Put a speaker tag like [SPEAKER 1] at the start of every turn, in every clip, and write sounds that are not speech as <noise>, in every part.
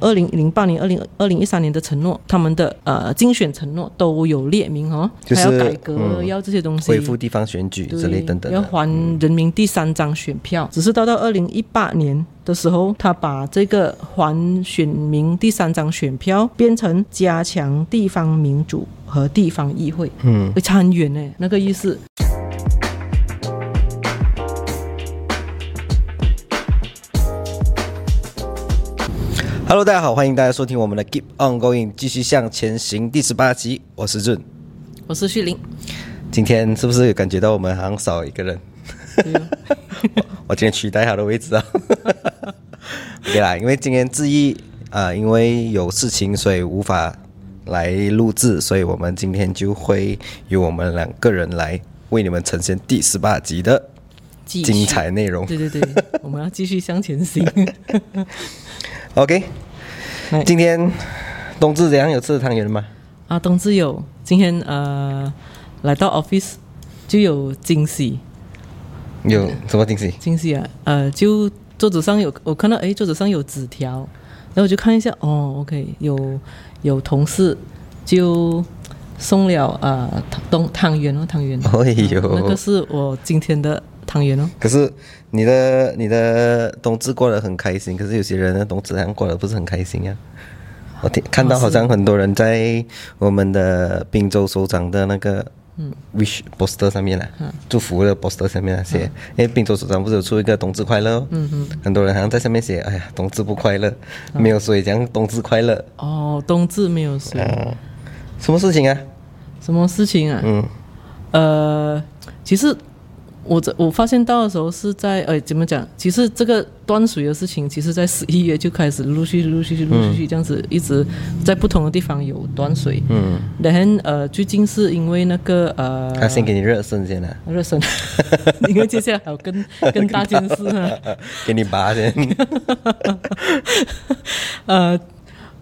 [SPEAKER 1] 二零零八年、二零二零一三年的承诺，他们的呃竞选承诺都有列明哦，
[SPEAKER 2] 就是
[SPEAKER 1] 还要改革，
[SPEAKER 2] 嗯
[SPEAKER 1] 要这些东西
[SPEAKER 2] 恢复地方选举
[SPEAKER 1] 对
[SPEAKER 2] 之类等等
[SPEAKER 1] 要
[SPEAKER 2] 的。
[SPEAKER 1] 还人民第三张选票。只是到到二零一八年的时候，他把这个还选民第三张选票变成加强地方民主和地方议会，
[SPEAKER 2] 嗯，
[SPEAKER 1] 会参远呢，那个意思。
[SPEAKER 2] Hello，大家好，欢迎大家收听我们的 Keep On Going，继续向前行第十八集，我是俊。
[SPEAKER 1] 我是旭林，
[SPEAKER 2] 今天是不是有感觉到我们好像少一个人？
[SPEAKER 1] 对哦
[SPEAKER 2] <laughs> 我今天取代他的位置
[SPEAKER 1] <laughs>
[SPEAKER 2] 啊。OK 啦，因为今天志毅啊，因为有事情，所以无法来录制，所以我们今天就会由我们两个人来为你们呈现第十八集的
[SPEAKER 1] 继续
[SPEAKER 2] 精彩内容。
[SPEAKER 1] 对对对，我们要继续向前
[SPEAKER 2] <laughs>
[SPEAKER 1] 行。
[SPEAKER 2] OK，
[SPEAKER 1] 来
[SPEAKER 2] 今天冬至怎样？有吃汤圆吗？
[SPEAKER 1] 啊，冬至有今天呃来到 office 就有惊喜，
[SPEAKER 2] 有什么惊喜？
[SPEAKER 1] 惊喜啊！呃，就桌子上有我看到，诶，桌子上有纸条，然后我就看一下，哦，OK，有有同事就送了呃汤冬汤圆哦，汤圆，
[SPEAKER 2] <laughs> 哎呦
[SPEAKER 1] 啊那个是我今天的汤圆哦。
[SPEAKER 2] 可是你的你的冬至过得很开心，可是有些人的冬至好像过得不是很开心呀、我听看到好像很多人在我们的滨州首长的那个 wish poster 上面啊，祝福的 poster 上面那、些，因为滨州首长不是有出一个冬至快乐、哦，很多人好像在上面写，哎呀，冬至不快乐，没有水讲冬至快乐，
[SPEAKER 1] 哦，冬至没有水，
[SPEAKER 2] 嗯，什么事情啊？
[SPEAKER 1] 什么事情啊？
[SPEAKER 2] 嗯，
[SPEAKER 1] 呃，其实我这我发现到的时候是在呃怎么讲？其实这个断水的事情，其实在十一月就开始陆续陆续陆续这样子，一直在不同的地方有断水。嗯，然后呃，最近是因为那个呃，
[SPEAKER 2] <laughs> 他、先给你热身先啊，
[SPEAKER 1] 热身，因为接下来还有更更大件事啊。
[SPEAKER 2] <laughs> 给你拔先，
[SPEAKER 1] 呃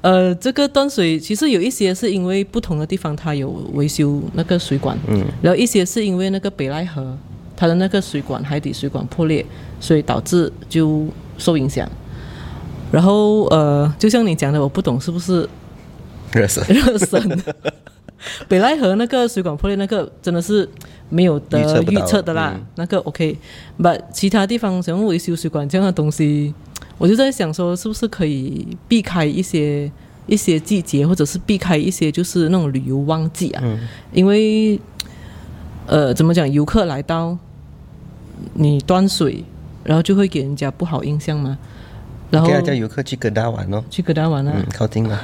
[SPEAKER 1] 呃，这个断水其实有一些是因为不同的地方它有维修那个水管，嗯，然后一些是因为那个北赖河它的那个水管海底水管破裂，所以导致就受影响。然后呃，就像你讲的，我不懂是不是
[SPEAKER 2] 热身。
[SPEAKER 1] <laughs> 热身。北赖河那个水管破裂那个真的是没有
[SPEAKER 2] 预测
[SPEAKER 1] 得
[SPEAKER 2] 不
[SPEAKER 1] 预
[SPEAKER 2] 到啊嗯
[SPEAKER 1] 测的啦，那个 OK。把其他地方像维修水管这样的东西，我就在想说，是不是可以避开一些一些季节，或者是避开一些就是那种旅游旺季啊？
[SPEAKER 2] 嗯
[SPEAKER 1] 因为呃，怎么讲，游客来到你端水，然后就会给人家不好印象嘛。然后
[SPEAKER 2] 给他叫游客去哥大玩哦，
[SPEAKER 1] 去跟他玩哦啊，
[SPEAKER 2] 嗯，靠近吧。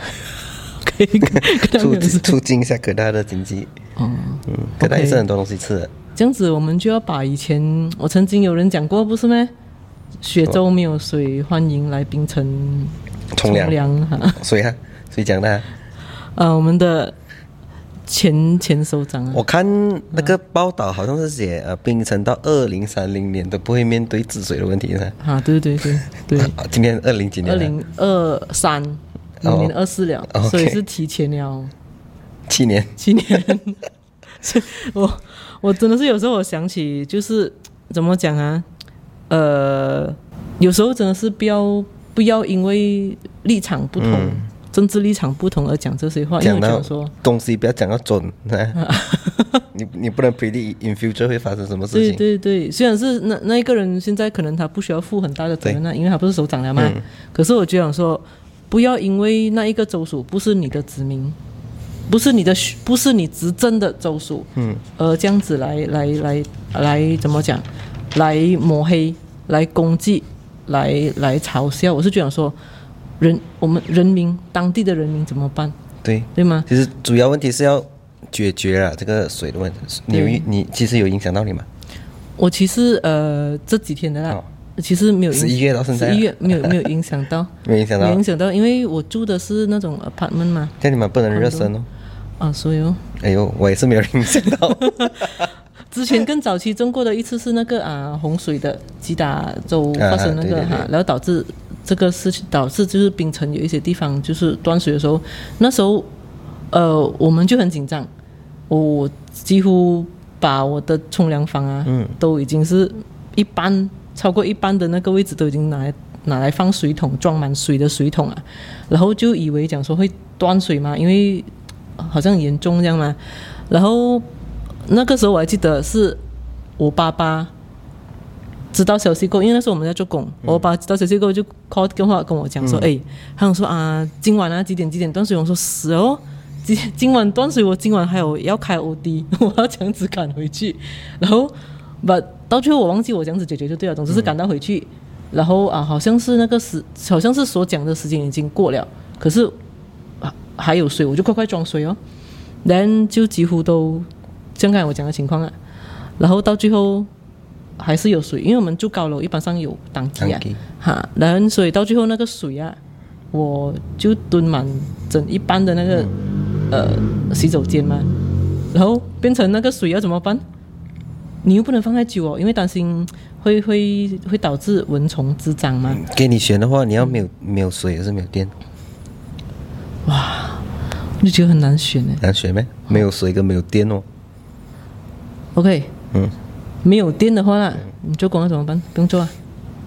[SPEAKER 1] 可以 <laughs> 跟他
[SPEAKER 2] 促
[SPEAKER 1] 们
[SPEAKER 2] 进促进一下各大的经济。
[SPEAKER 1] 哦。
[SPEAKER 2] 嗯，各大也
[SPEAKER 1] OK
[SPEAKER 2] 是很多东西吃的。
[SPEAKER 1] 这样子，我们就要把以前我曾经有人讲过，不是咩？雪州没有水，欢迎来冰城
[SPEAKER 2] 冲凉
[SPEAKER 1] 哈。 <laughs>
[SPEAKER 2] 所以啊， <laughs> 所以讲呢，
[SPEAKER 1] 呃，我们的前前首长啊，
[SPEAKER 2] 我看那个报道好像是写呃，冰城到二零三零年都不会面对治水的问题呢。
[SPEAKER 1] 啊，对对对
[SPEAKER 2] <laughs>
[SPEAKER 1] 对，
[SPEAKER 2] 啊今天二零几年
[SPEAKER 1] 二
[SPEAKER 2] 了，
[SPEAKER 1] 零二三，明年二四了，
[SPEAKER 2] 哦 OK
[SPEAKER 1] 所以是提前了
[SPEAKER 2] 七年，
[SPEAKER 1] 七年。 <laughs> 我我真的是有时候我想起，就是怎么讲啊，呃，有时候真的是不要不要因为立场不同、政治立场不同而讲这些哦话，因为我
[SPEAKER 2] 嗯讲到
[SPEAKER 1] 讲说，
[SPEAKER 2] 东西不要讲到准，啊 <laughs> 你你不能 predict in future 会发生什么事
[SPEAKER 1] 对
[SPEAKER 2] 情。
[SPEAKER 1] 对对，虽然是那那一个人现在可能他不需要负很大的责任啊，因为他不是首长了嘛，
[SPEAKER 2] 嗯
[SPEAKER 1] 可是我就想说，不要因为那一个州属不是你的子民。不是你的选，不是你执政的州属，嗯，呃，这样子来来来来怎么讲，来抹黑，来攻击，来来嘲笑，我是觉得说，人我们人民当地的人民怎么办，
[SPEAKER 2] 对，
[SPEAKER 1] 对吗？
[SPEAKER 2] 其实主要问题是要解决了这个水的问题。你有你其实有影响到你吗？
[SPEAKER 1] 我其实呃这几天的啦，
[SPEAKER 2] 哦
[SPEAKER 1] 其实没有影
[SPEAKER 2] 11月到现在啊
[SPEAKER 1] 十一月没有没有影响到，
[SPEAKER 2] 没有 <laughs> 影响
[SPEAKER 1] 没
[SPEAKER 2] 到
[SPEAKER 1] 有影，响到，因为我住的是那种 apartment 嘛，
[SPEAKER 2] 叫你们不能热身哦。
[SPEAKER 1] 啊，所以哦，
[SPEAKER 2] 哎呦，我也是没有影响
[SPEAKER 1] <laughs>
[SPEAKER 2] 到。
[SPEAKER 1] 之前更早期中国的一次是那个啊洪水的吉打州
[SPEAKER 2] 啊
[SPEAKER 1] 发生那
[SPEAKER 2] 对
[SPEAKER 1] 个
[SPEAKER 2] 对
[SPEAKER 1] 哈、
[SPEAKER 2] 对
[SPEAKER 1] 然后导致这个事情导致就是冰城有一些地方就是断水的时候，那时候呃我们就很紧张，我几乎把我的冲凉房啊，嗯，都已经是一半超过一半的那个位置都已经拿来拿来放水桶，装满水的水桶啊，然后就以为讲说会断水嘛，因为好像很严重这样嘛。然后那个时候我还记得是我爸爸知道消息过后，因为那时候我们在做工，我爸知道消息过后就 call 电话跟我讲说，哎、他们说啊，今晚啊几点几点断水，我说是哦。今今晚断水，我今晚还有要开 OD，我 <laughs> 要这样子赶回去，然后把到最后我忘记我这样子解决就对了，总之是赶到回去，然后啊，好像是那个时，好像是所讲的时间已经过了，可是啊还有水，我就快快装水哦，人就几乎都像刚才我讲的情况啊，然后到最后还是有水，因为我们住高楼，一般上有挡机啊
[SPEAKER 2] 档机，
[SPEAKER 1] 哈，然后所以到最后那个水啊，我就蹲满整一般的那个、呃洗手间嘛，然后变成那个水要怎么办？你又不能放太久哦，因为担心会会会导致蚊虫滋长嘛。
[SPEAKER 2] 给你选的话，你要没有没有水还是没有电？
[SPEAKER 1] 就觉得很难选哎。
[SPEAKER 2] 难选咩？没有水跟没有电哦。
[SPEAKER 1] OK，
[SPEAKER 2] 嗯，
[SPEAKER 1] 没有电的话啦，你做工要怎么办？不用做啊。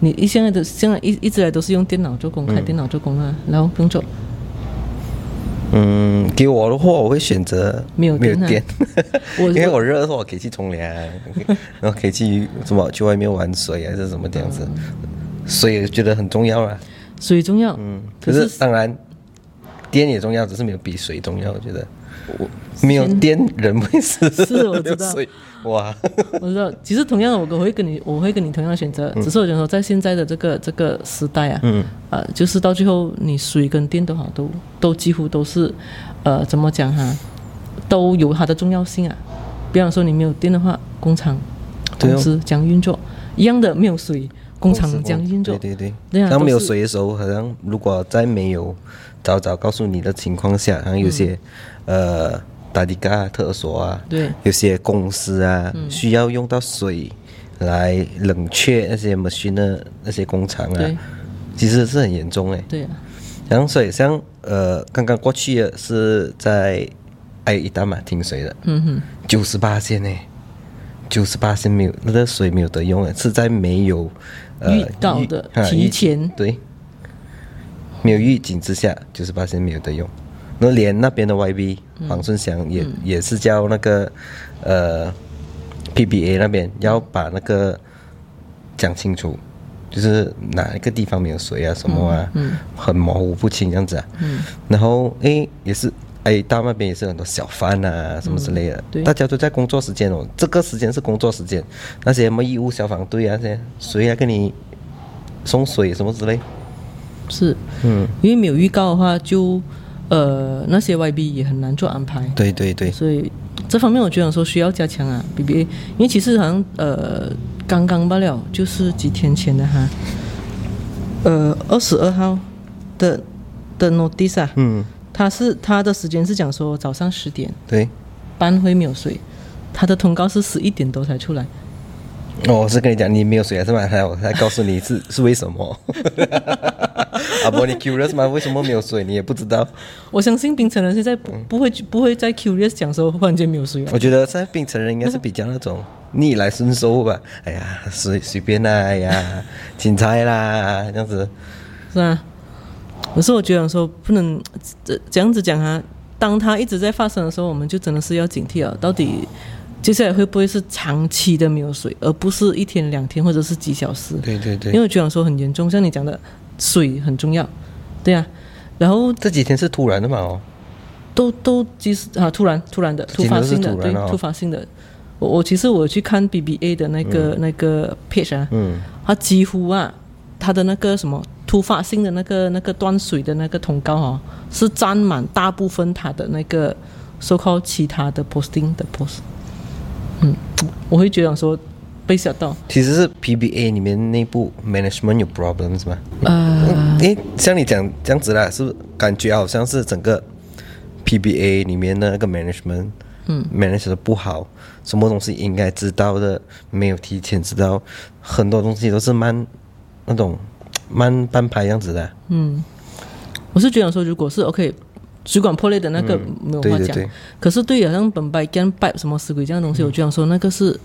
[SPEAKER 1] 你一现在都现在一一直来都是用电脑做工，开电脑做工啊，然后不用做。
[SPEAKER 2] 嗯，给我的话，我会选择
[SPEAKER 1] 没有
[SPEAKER 2] 没有
[SPEAKER 1] 电啊
[SPEAKER 2] 电，
[SPEAKER 1] 我
[SPEAKER 2] 因为我热的话，我可以去冲凉，然后可以去什么去外面玩水啊还是什么这样子，水我觉得很重要啊。
[SPEAKER 1] 水重要，可
[SPEAKER 2] 嗯可
[SPEAKER 1] 是
[SPEAKER 2] 是当然，电也重要，只是没有比水重要。我觉得，没有电人会死，
[SPEAKER 1] 是我知
[SPEAKER 2] 没有 <laughs>
[SPEAKER 1] 道
[SPEAKER 2] 水哇，
[SPEAKER 1] <laughs> 我知道，其实同样的，我会跟你，我会跟你同样的选
[SPEAKER 2] 嗯
[SPEAKER 1] 择，只是我想说，在现在的这个这个时代啊，嗯，呃，就是到最后，你水跟电都好，都都几乎都是，呃，怎么讲哈、都有它的重要性啊。比方说，你没有电的话，工厂、
[SPEAKER 2] 对哦
[SPEAKER 1] 公司将运作一样的，没有水，工厂将运作，
[SPEAKER 2] 对对对
[SPEAKER 1] 对啊
[SPEAKER 2] 当没有
[SPEAKER 1] 都是
[SPEAKER 2] 水的时候，好像如果在没有早早告诉你的情况下，好像有些、呃打迪嘎特所啊，
[SPEAKER 1] 嗯对嗯
[SPEAKER 2] 有些公司啊、需要用到水来冷却那些 machine 的那些工厂
[SPEAKER 1] 对
[SPEAKER 2] 啊，其实是很严重哎、
[SPEAKER 1] 对啊，
[SPEAKER 2] 然后所以像呃，刚刚过去的是在埃伊达马听水的，嗯哼，九十八线呢，九十八线没有那个水没有得用诶，是在没有呃
[SPEAKER 1] 预告的
[SPEAKER 2] 预啊
[SPEAKER 1] 提
[SPEAKER 2] 预警
[SPEAKER 1] 前
[SPEAKER 2] 对，没有预警之下，九十八线没有得用。那连那边的 YB 黄顺祥也、也是叫那个呃 PBA 那边要把那个讲清楚，就是哪一个地方没有水啊，什么啊，很模糊不清这样子啊。然后诶也是。哎，到那边也是很多小贩啊，什么之类的，
[SPEAKER 1] 对
[SPEAKER 2] 大家都在工作时间哦。这个时间是工作时间，那些什么义乌消防队啊，那些谁来给你送水什么之类？
[SPEAKER 1] 是，嗯，因为没有预告的话，就呃那些 YB 也很难做安排，
[SPEAKER 2] 对对对，
[SPEAKER 1] 所以这方面我觉得说需要加强啊，BBA，因为其实好像呃刚刚罢了，就是几天前的哈，呃二十二号的的 notice 啊，嗯，它是它的时间是讲说早上十点
[SPEAKER 2] 对，
[SPEAKER 1] 班会没有水，它的通告是十一点多才出来，
[SPEAKER 2] 哦我是跟你讲，你没有水还是蛮还我还告诉你是 <laughs> 是为什么。阿伯，你 curious 吗？为什么没有水？你也不知道。
[SPEAKER 1] 我相信槟城人现在不不会不会再 curious 讲说忽然间没有啊水了
[SPEAKER 2] 我，觉得现在槟城人应该是比较那种逆来顺受吧。哎呀，随随便啦、哎呀， <laughs> 芹菜啦，这样子。
[SPEAKER 1] 是啊。可是我觉得说不能这这样子讲啊，当它一直在发生的时候，我们就真的是要警惕啊，到底接下来会不会是长期的没有水，而不是一天两天或者是几小时？
[SPEAKER 2] 对对
[SPEAKER 1] 因为，我觉得说很严重，像你讲的，水很重要，对啊。然后
[SPEAKER 2] 这几天是突然的嘛哦。
[SPEAKER 1] 都都即使啊，突然突然的突发性的，
[SPEAKER 2] 真的是突
[SPEAKER 1] 对
[SPEAKER 2] 然哦
[SPEAKER 1] 突发性的。我我其实我去看 BBA 的那个、
[SPEAKER 2] 嗯
[SPEAKER 1] 那个 page 啊，嗯，它几乎啊，它的那个什么突发性的那个那个断水的那个通告哦，是占满大部分它的那个 so called 其他的 posting 的 post。嗯，我会觉得说被吓到，
[SPEAKER 2] 其实是 PBA 里面内部 management 有 problems 嘛？呃，诶，像你讲这样子啦，是不是感觉好像是整个 PBA 里面的那个 management，嗯，manage 的不好，什么东西应该知道的没有提前知道，很多东西都是慢那种慢半拍这样子的。
[SPEAKER 1] 我是觉得说，如果是 OK 水管破裂的那个没有话
[SPEAKER 2] 嗯对对嗯
[SPEAKER 1] 讲，
[SPEAKER 2] 对
[SPEAKER 1] 可是对于好像本白干 pipe 什么死鬼这样的东西，我就想说那个是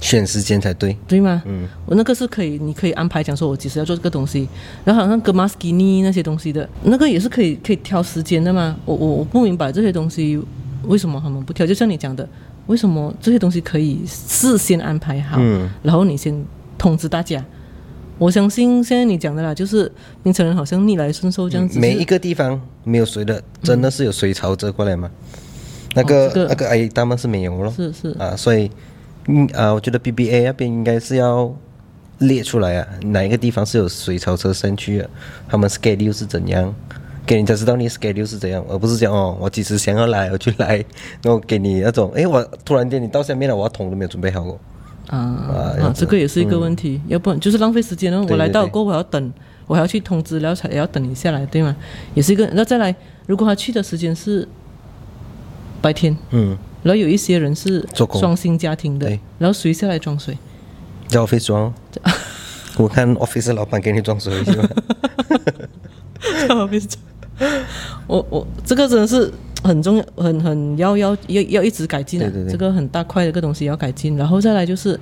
[SPEAKER 2] 选时间才对。
[SPEAKER 1] 对吗？嗯，我那个是可以，你可以安排讲说我几时要做这个东西，然后好像 g a m a s k i n i 那些东西的，那个也是可以可以挑时间的嘛。我我我不明白这些东西为什么他们不挑，就像你讲的，为什么这些东西可以事先安排好，然后你先通知大家。我相信现在你讲的啦，就是槟城人好像逆来顺受这样子，
[SPEAKER 2] 嗯每
[SPEAKER 1] 就
[SPEAKER 2] 一
[SPEAKER 1] 是
[SPEAKER 2] 个地方没有水的，真的是有水潮折过来吗？那个、
[SPEAKER 1] 哦这个
[SPEAKER 2] 那个阿姨他们是没有咯，
[SPEAKER 1] 是是
[SPEAKER 2] 啊，所以嗯啊，我觉得 BBA 那边应该是要列出来啊，哪一个地方是有水潮车身区的，他们 schedule 是怎样，给人家知道你 schedule 是怎样，而不是讲哦，我几时想要来我就来， <laughs> 然后给你那种，诶，我突然间你到下面了，我要桶都没有准备好过，
[SPEAKER 1] 啊啊，这个也是一个问题，要不然就是浪费时间了。
[SPEAKER 2] 嗯对
[SPEAKER 1] 我来到
[SPEAKER 2] 对
[SPEAKER 1] 过后我还要等，我还要去通知，然后才也要等你下来，对吗？也是一个。那再来，如果他去的时间是白天，
[SPEAKER 2] 嗯，
[SPEAKER 1] 然后有一些人是
[SPEAKER 2] 做工
[SPEAKER 1] 双薪家庭的
[SPEAKER 2] 对，
[SPEAKER 1] 然后谁下来装水？
[SPEAKER 2] 叫 office 装
[SPEAKER 1] <laughs>
[SPEAKER 2] 哦，我看 office 的老板给你装水是吧？
[SPEAKER 1] <laughs> 我我这个真的是很重要，很很要要要要一直改进啊！
[SPEAKER 2] 对对对
[SPEAKER 1] 这个很大块的一个东西要改进，然后再来就是，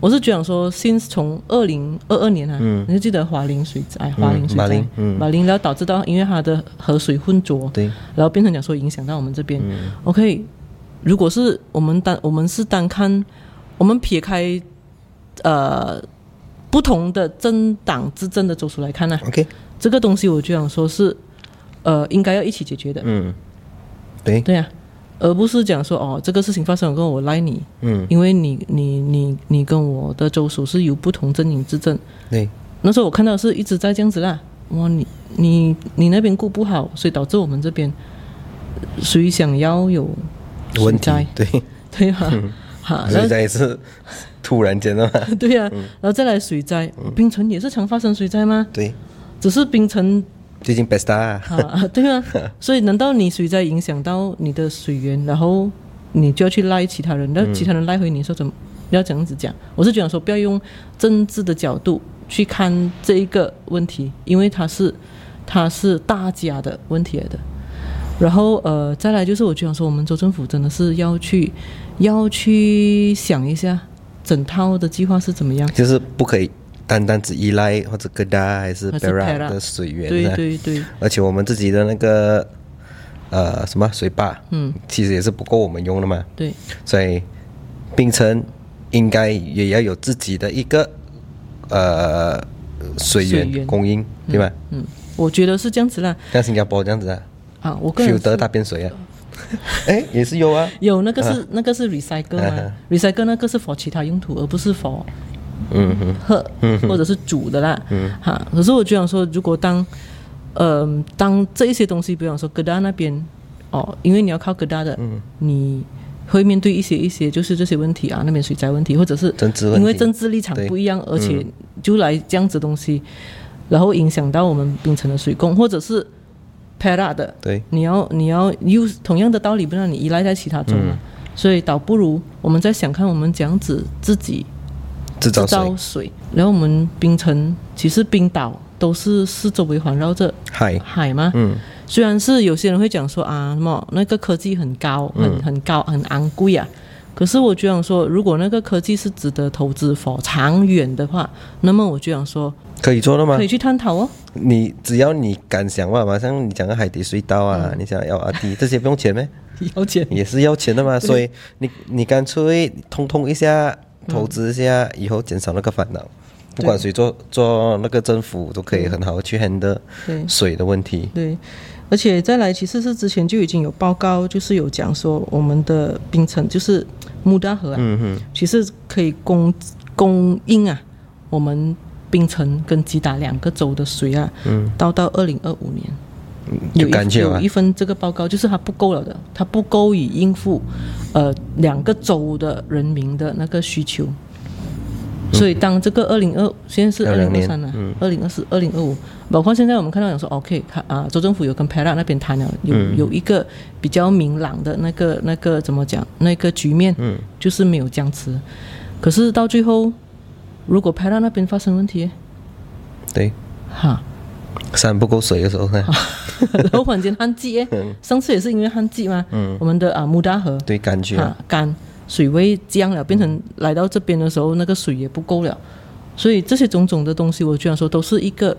[SPEAKER 1] 我是觉得说，since 从二零二二年啊，你就记得华林水灾，华林水
[SPEAKER 2] 嗯华
[SPEAKER 1] 灾
[SPEAKER 2] 林，嗯
[SPEAKER 1] 华林，然后导致到因为它的河水浑浊，
[SPEAKER 2] 对，嗯
[SPEAKER 1] 然后变成讲说影响到我们这边。OK，如果是我们单我们是单看，我们撇开呃不同的政党之争的走出来看呢、啊，
[SPEAKER 2] <laughs> OK，
[SPEAKER 1] 这个东西我就想说是，呃，应该要一起解决的，
[SPEAKER 2] 嗯，对，
[SPEAKER 1] 对啊，而不是讲说哦，这个事情发生了过后我赖你，
[SPEAKER 2] 嗯，
[SPEAKER 1] 因为你你你你跟我的州属是由不同阵营之争。
[SPEAKER 2] 对，
[SPEAKER 1] 那时候我看到是一直在这样子啦，哇，你你你那边顾不好，所以导致我们这边谁想要有
[SPEAKER 2] 问题
[SPEAKER 1] 水
[SPEAKER 2] 嗯
[SPEAKER 1] 灾，
[SPEAKER 2] 对，
[SPEAKER 1] 对啊， <laughs> 哈，然
[SPEAKER 2] 所以
[SPEAKER 1] 后
[SPEAKER 2] 这也是突然间的嘛，
[SPEAKER 1] <laughs> 对啊，
[SPEAKER 2] 嗯
[SPEAKER 1] 然后再来水灾，冰城也是常发生水灾吗？
[SPEAKER 2] 对，
[SPEAKER 1] 只是冰城
[SPEAKER 2] 最近 best 啊，
[SPEAKER 1] 啊，对啊，所以难道你水灾影响到你的水源，然后你就要去赖其他人，那其他人赖回你说怎么？要这样子讲，啊我是觉得说不要用政治的角度去看这一个问题，因为它是它是大家的问题来的。然后呃，再来就是我觉得说，我们州政府真的是要去要去想一下整套的计划是怎么样。
[SPEAKER 2] 就是不可以单单只依赖或者 Gada 还是
[SPEAKER 1] 还是
[SPEAKER 2] Pera
[SPEAKER 1] Perak
[SPEAKER 2] 的水源，
[SPEAKER 1] 对
[SPEAKER 2] 是吧
[SPEAKER 1] 对对，
[SPEAKER 2] 而且我们自己的那个呃什么水坝，嗯，其实也是不够我们用的嘛，
[SPEAKER 1] 对，
[SPEAKER 2] 所以冰城应该也要有自己的一个呃水
[SPEAKER 1] 水源
[SPEAKER 2] 源供应，对吧？
[SPEAKER 1] 嗯，我觉得是这样子啦。
[SPEAKER 2] 像新加坡这样子啊，
[SPEAKER 1] 啊，我个人
[SPEAKER 2] 修
[SPEAKER 1] 是
[SPEAKER 2] 德大变水啊，哎，也是有啊，
[SPEAKER 1] 有那个是、那个是 recycle 嘛、r e c y c l e 那个是 for 其他用途，而不是 for
[SPEAKER 2] 嗯哼。
[SPEAKER 1] 喝或者是煮的啦。嗯，哈，可是我就想说，如果当嗯、当这一些东西，比方说哥大那边哦，因为你要靠哥大的，你会面对一些一些就是这些问题啊，那边水灾问题，或者是
[SPEAKER 2] 政治问题
[SPEAKER 1] 因为政治立场不一样，而且就来这样子东西，然后影响到我们冰城的水供，或者是 Para 的，
[SPEAKER 2] 对
[SPEAKER 1] 你要你要 use 同样的道理，不让你依赖在其他中嘛。所以倒不如我们再想看我们怎样子自己
[SPEAKER 2] 制造
[SPEAKER 1] 制
[SPEAKER 2] 水
[SPEAKER 1] 造水。然后我们冰城其实冰岛都是四周围环绕着
[SPEAKER 2] 嗨，
[SPEAKER 1] 海嘛，嗯，虽然是有些人会讲说啊什么那个科技很高，很很高，很昂贵啊。可是我就想说，如果那个科技是值得投资否长远的话，那么我就想说
[SPEAKER 2] 可以做的吗
[SPEAKER 1] 可以？去探讨哦。
[SPEAKER 2] 你只要你敢想办法，像你讲的海底隧道啊，
[SPEAKER 1] 嗯
[SPEAKER 2] 你想要 RD <laughs> 这些不用钱咩？
[SPEAKER 1] <laughs> 了解，
[SPEAKER 2] 也是要钱的嘛。所以你你干脆通通一下
[SPEAKER 1] 嗯
[SPEAKER 2] 投资一下，以后减少那个烦恼。不管谁做做那个政府，都可以很好地去 handle
[SPEAKER 1] 对
[SPEAKER 2] 水的问题。
[SPEAKER 1] 对，而且再来，其实是之前就已经有报告，就是有讲说我们的冰城就是穆大河啊，
[SPEAKER 2] 嗯
[SPEAKER 1] 其实可以供供应啊，我们冰城跟吉打两个州的水啊，到到二零二五年。有
[SPEAKER 2] 有
[SPEAKER 1] 一
[SPEAKER 2] 感觉
[SPEAKER 1] 有
[SPEAKER 2] 吗
[SPEAKER 1] 一？份这个报告，就是它不够了的，它不够以应付呃两个州的人民的那个需求。所以当这个二零二现在是嗯二零嗯
[SPEAKER 2] 2022
[SPEAKER 1] 二三了，二零二四、二零二五，包括现在我们看到讲说，OK，看啊，州政府有跟 Para 那边谈了，有、有一个比较明朗的那个那个怎么讲那个局面，就是没有僵持。可是到最后，如果 Para 那边发生问题，
[SPEAKER 2] 对，
[SPEAKER 1] 哈，
[SPEAKER 2] 山不够水的时候呢，
[SPEAKER 1] <laughs> 然后忽然间旱季耶，上次也是因为旱季嘛，我们的啊穆大河
[SPEAKER 2] 嗯对，感觉
[SPEAKER 1] 啊干，水位降了，变成来到这边的时候，那个水也不够了，所以这些种种的东西，我居然说都是一个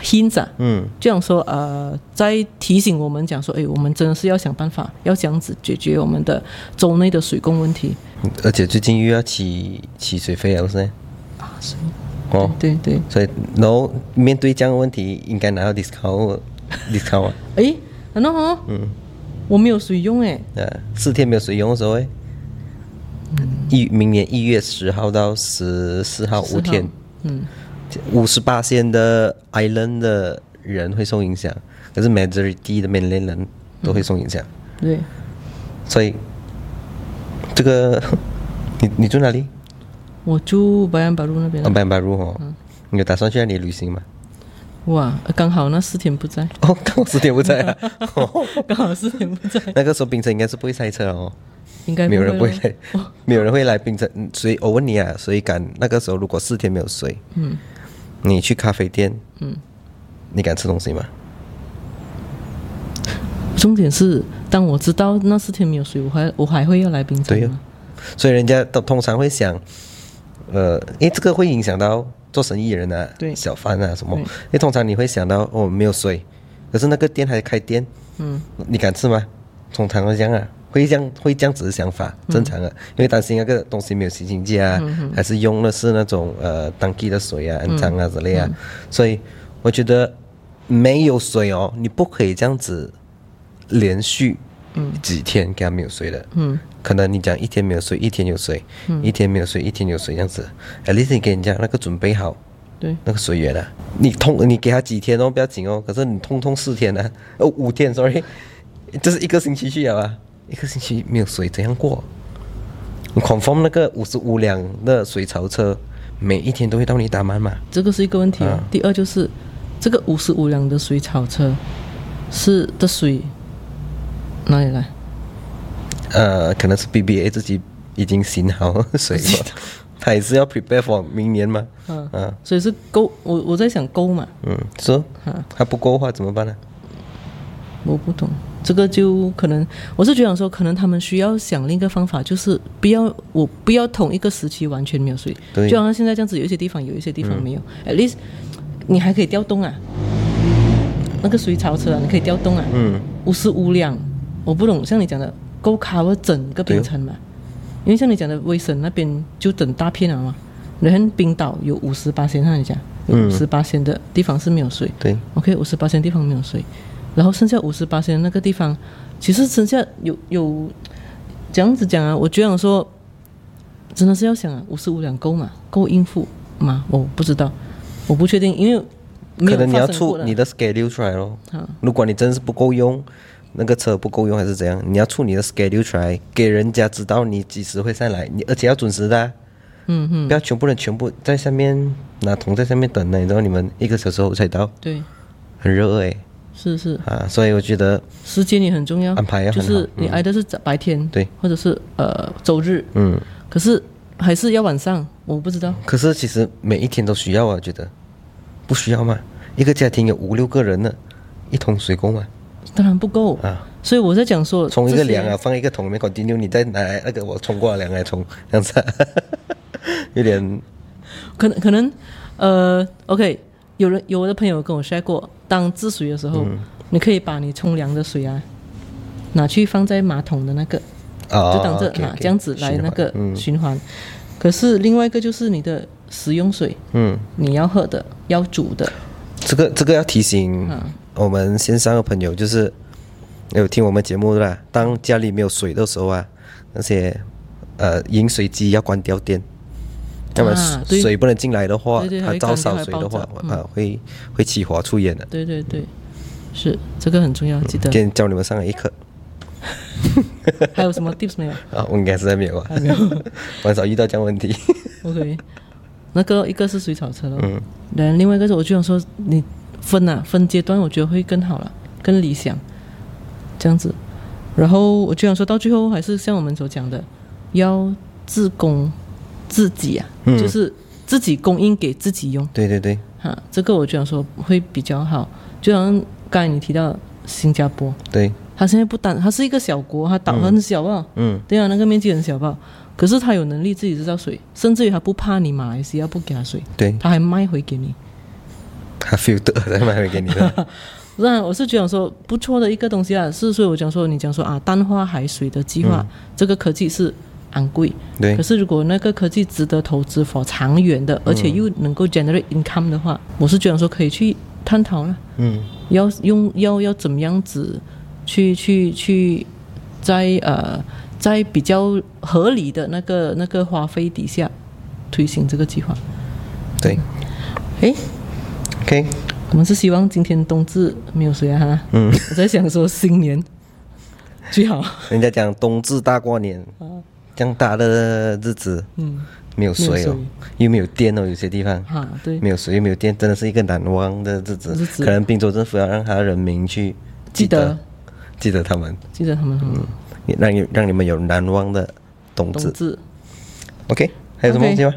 [SPEAKER 1] hint 啊，
[SPEAKER 2] 嗯
[SPEAKER 1] 这样说呃，在提醒我们讲说，哎，我们真的是要想办法，要这样子解决我们的州内的水供问题
[SPEAKER 2] 而且最近又要起起水费了，是不是？
[SPEAKER 1] 啊，所
[SPEAKER 2] 哦，
[SPEAKER 1] 以对对，
[SPEAKER 2] 所以然后面对这样的问题，应该拿到 discount discount 啊， <laughs>
[SPEAKER 1] 哎，难道哦，
[SPEAKER 2] 嗯，
[SPEAKER 1] 我没有水用哎，
[SPEAKER 2] 呃，四天没有水用的时候诶，一明年一月十号到十四号五天，
[SPEAKER 1] 嗯，
[SPEAKER 2] 五十八线的 island 的人会受影响，可是 majority 的 mainland 人都会受影响，
[SPEAKER 1] 对，
[SPEAKER 2] 所以这个 <laughs> 你你住哪里？
[SPEAKER 1] 我住白安巴路那边
[SPEAKER 2] 啊，，班巴路哦，你有打算去那里旅行吗？
[SPEAKER 1] 哇，刚好那四天不在，
[SPEAKER 2] 哦，刚好十点不在啊、哦，
[SPEAKER 1] <laughs> 刚好四天不在，
[SPEAKER 2] 那个时候冰城应该是不会塞车哦。
[SPEAKER 1] 应该
[SPEAKER 2] <laughs> 没有人会
[SPEAKER 1] 咯
[SPEAKER 2] 来，没有人会来冰城。嗯所以我问你啊，所以敢那个时候如果四天没有睡，
[SPEAKER 1] 嗯
[SPEAKER 2] 你去咖啡店，
[SPEAKER 1] 嗯。
[SPEAKER 2] 你敢吃东西吗？
[SPEAKER 1] 重点是，当我知道那四天没有水，我还我还会要来冰城
[SPEAKER 2] 对啊哟、
[SPEAKER 1] 吗？
[SPEAKER 2] 所以人家都通常会想，呃，因为这个会影响到做生意人啊，
[SPEAKER 1] 对
[SPEAKER 2] 小贩啊什么。
[SPEAKER 1] 对
[SPEAKER 2] 因为通常你会想到哦，没有水，可是那个店还开店，
[SPEAKER 1] 嗯，
[SPEAKER 2] 你敢吃吗？通常会这样啊，会这样会这样子的想法，正常
[SPEAKER 1] 嗯
[SPEAKER 2] 啊，因为担心那个东西没有洗净剂啊，还是用的是那种呃当地的水啊、
[SPEAKER 1] 嗯
[SPEAKER 2] 肮脏啊之类啊，所以我觉得没有水哦，你不可以这样子连续
[SPEAKER 1] 嗯
[SPEAKER 2] 几天给它没有水的，嗯，可能你讲一天没有水，一天有水，
[SPEAKER 1] 嗯
[SPEAKER 2] 一天没有水，一天有水这样子，at least 你给人家那个准备好，
[SPEAKER 1] 对，
[SPEAKER 2] 那个水源啊，你通你给他几天哦，不要紧哦，可是你通通四天啊，哦五天，sorry，这是一个星期去了啊，一个星期没有水怎样过？你 confirm 那个五十五辆的水槽车，每一天都会到你打满嘛？
[SPEAKER 1] 这个是一个问题、啊。第二就是，这个五十五辆的水草车是的水哪里来？
[SPEAKER 2] 呃，可能是 BBA 自己已经醒好水 <laughs> 了，他也是要 prepare for 明年嘛？
[SPEAKER 1] 嗯、
[SPEAKER 2] 啊，
[SPEAKER 1] 所以是沟，我我在想沟嘛，
[SPEAKER 2] 嗯，说
[SPEAKER 1] 啊
[SPEAKER 2] 他不够的话怎么办呢、
[SPEAKER 1] 我不懂。这个就可能，我是觉得说，可能他们需要想另一个方法，就是不要我不要同一个时期完全没有水，
[SPEAKER 2] 对嗯
[SPEAKER 1] 就好像现在这样子，有一些地方有，有一些地方没有。At least 你还可以调动啊，那个水槽车啊，你可以调动啊。
[SPEAKER 2] 嗯，
[SPEAKER 1] 五十五辆，我不懂，像你讲的够 cover 整个冰城嘛？因为像你讲的威省那边就整大片了嘛，然后冰岛有五十八线，像你讲有五十八线的地方是没有水，
[SPEAKER 2] 对，
[SPEAKER 1] OK，五十八线地方没有水，然后剩下五十八线那个地方，其实剩下有有这样子讲啊，我觉得说真的是要想啊，五十五两够嘛，够应付吗？我不知道，我不确定，因为没
[SPEAKER 2] 可
[SPEAKER 1] 有
[SPEAKER 2] 能你要
[SPEAKER 1] 发生过
[SPEAKER 2] 出
[SPEAKER 1] 的
[SPEAKER 2] 你的 schedule 出来咯
[SPEAKER 1] 嗯。
[SPEAKER 2] 如果你真是不够用，那个车不够用还是怎样，你要出你的 schedule 出来，给人家知道你几时会上来，你而且要准时的啊、
[SPEAKER 1] 嗯嗯，
[SPEAKER 2] 不要全部人全部在下面拿桶在下面等呢，然后你们一个小时后才到，
[SPEAKER 1] 对，
[SPEAKER 2] 很热哎
[SPEAKER 1] 是是，
[SPEAKER 2] 啊！所以我觉得，
[SPEAKER 1] 时间也很重要，
[SPEAKER 2] 安排要
[SPEAKER 1] 就
[SPEAKER 2] 很好嗯
[SPEAKER 1] 是你挨的是白天，
[SPEAKER 2] 对，
[SPEAKER 1] 或者是呃周日，
[SPEAKER 2] 嗯，
[SPEAKER 1] 可是还是要晚上，我不知道，
[SPEAKER 2] 可是其实每一天都需要啊，我觉得不需要吗？一个家庭有五六个人呢，一桶水啊够吗？
[SPEAKER 1] 当然不够
[SPEAKER 2] 啊，
[SPEAKER 1] 所以我在讲说
[SPEAKER 2] 冲一
[SPEAKER 1] 这
[SPEAKER 2] 个
[SPEAKER 1] 些
[SPEAKER 2] 凉啊，放一个桶里面 continue，你再拿来那个我冲过的凉来冲，这样子、 <laughs> 啊，有点
[SPEAKER 1] 可能可能，呃，OK，有人有的朋友跟我 share 过，当治水的时候，
[SPEAKER 2] 嗯
[SPEAKER 1] 你可以把你冲凉的水啊，拿去放在马桶的那个，
[SPEAKER 2] 哦，
[SPEAKER 1] 就当这
[SPEAKER 2] OK，OK，
[SPEAKER 1] 拿这样子来
[SPEAKER 2] 循
[SPEAKER 1] 那
[SPEAKER 2] 环
[SPEAKER 1] 个
[SPEAKER 2] 嗯
[SPEAKER 1] 循环。可是另外一个就是你的食用水，
[SPEAKER 2] 嗯，
[SPEAKER 1] 你要喝的、要煮的，
[SPEAKER 2] 这个这个要提醒
[SPEAKER 1] 嗯
[SPEAKER 2] 我们线上的朋友，就是有听我们节目的啦，当家里没有水的时候啊，那些呃饮水机要关掉电。那么
[SPEAKER 1] 啊对
[SPEAKER 2] 水不能进来的话
[SPEAKER 1] 对对，还
[SPEAKER 2] 它
[SPEAKER 1] 会
[SPEAKER 2] 照
[SPEAKER 1] 干掉
[SPEAKER 2] 烧
[SPEAKER 1] 还
[SPEAKER 2] 水
[SPEAKER 1] 爆
[SPEAKER 2] 的
[SPEAKER 1] 炸嗯
[SPEAKER 2] 话，啊，会会起火出烟的。
[SPEAKER 1] 对对对，是这个很重要，记得
[SPEAKER 2] 今。天教你们上了一课
[SPEAKER 1] 还有什么 tips 没有
[SPEAKER 2] 啊，我应该是没有啊， <laughs> 很少遇到这样的问题。
[SPEAKER 1] ？OK，那个一个是水草车了，然后另外一个是我就想说你分啊分阶段，我觉得会更好了，更理想这样子。然后我就想说到最后还是像我们所讲的，要自供自己啊，就是自己供应给自己用
[SPEAKER 2] 对对对，
[SPEAKER 1] 哈，这个我就想说会比较好。就好像刚才你提到新加坡，
[SPEAKER 2] 对，
[SPEAKER 1] 他现在不单，他是一个小国，他岛很小啊，
[SPEAKER 2] 嗯，
[SPEAKER 1] 对啊，那个面积很小吧。可是他有能力自己制造水，甚至于他不怕你马来西亚不给他水，
[SPEAKER 2] 对，
[SPEAKER 1] 他还卖回给你。
[SPEAKER 2] 他 filter 再卖回给你
[SPEAKER 1] <laughs>
[SPEAKER 2] 的，
[SPEAKER 1] 那我是觉得说不错的一个东西啊，是所以我讲说你讲说啊，淡化海水的计划，这个科技是昂贵，
[SPEAKER 2] 嗯对
[SPEAKER 1] 可，是如果那个科技值得投资 for 长远的，而
[SPEAKER 2] 嗯
[SPEAKER 1] 且又能够 generate income 的话，我是觉得说可以去探讨了，
[SPEAKER 2] 嗯，
[SPEAKER 1] 要用要要怎么样子去去去在呃在比较合理的那个那个花费底下推行这个计划。
[SPEAKER 2] 对
[SPEAKER 1] 诶，
[SPEAKER 2] ，OK，
[SPEAKER 1] 我们是希望今天冬至没有谁啊哈，
[SPEAKER 2] 嗯，
[SPEAKER 1] 我在想说新
[SPEAKER 2] <laughs>
[SPEAKER 1] 年最好，
[SPEAKER 2] 人家讲冬至大过年，这样大的日子，
[SPEAKER 1] 啊嗯，
[SPEAKER 2] 没有水哦
[SPEAKER 1] 没有水，
[SPEAKER 2] 又没有电哦，有些地方
[SPEAKER 1] 哈对
[SPEAKER 2] 没有水又没有电，真的是一个难忘的日子。
[SPEAKER 1] 日子
[SPEAKER 2] 可能滨州政府要让他人民去
[SPEAKER 1] 记得
[SPEAKER 2] 记得他们，
[SPEAKER 1] 记得他们哈，
[SPEAKER 2] 让你让你们有难忘的冬至
[SPEAKER 1] 冬。至。
[SPEAKER 2] OK，还有什么东西吗？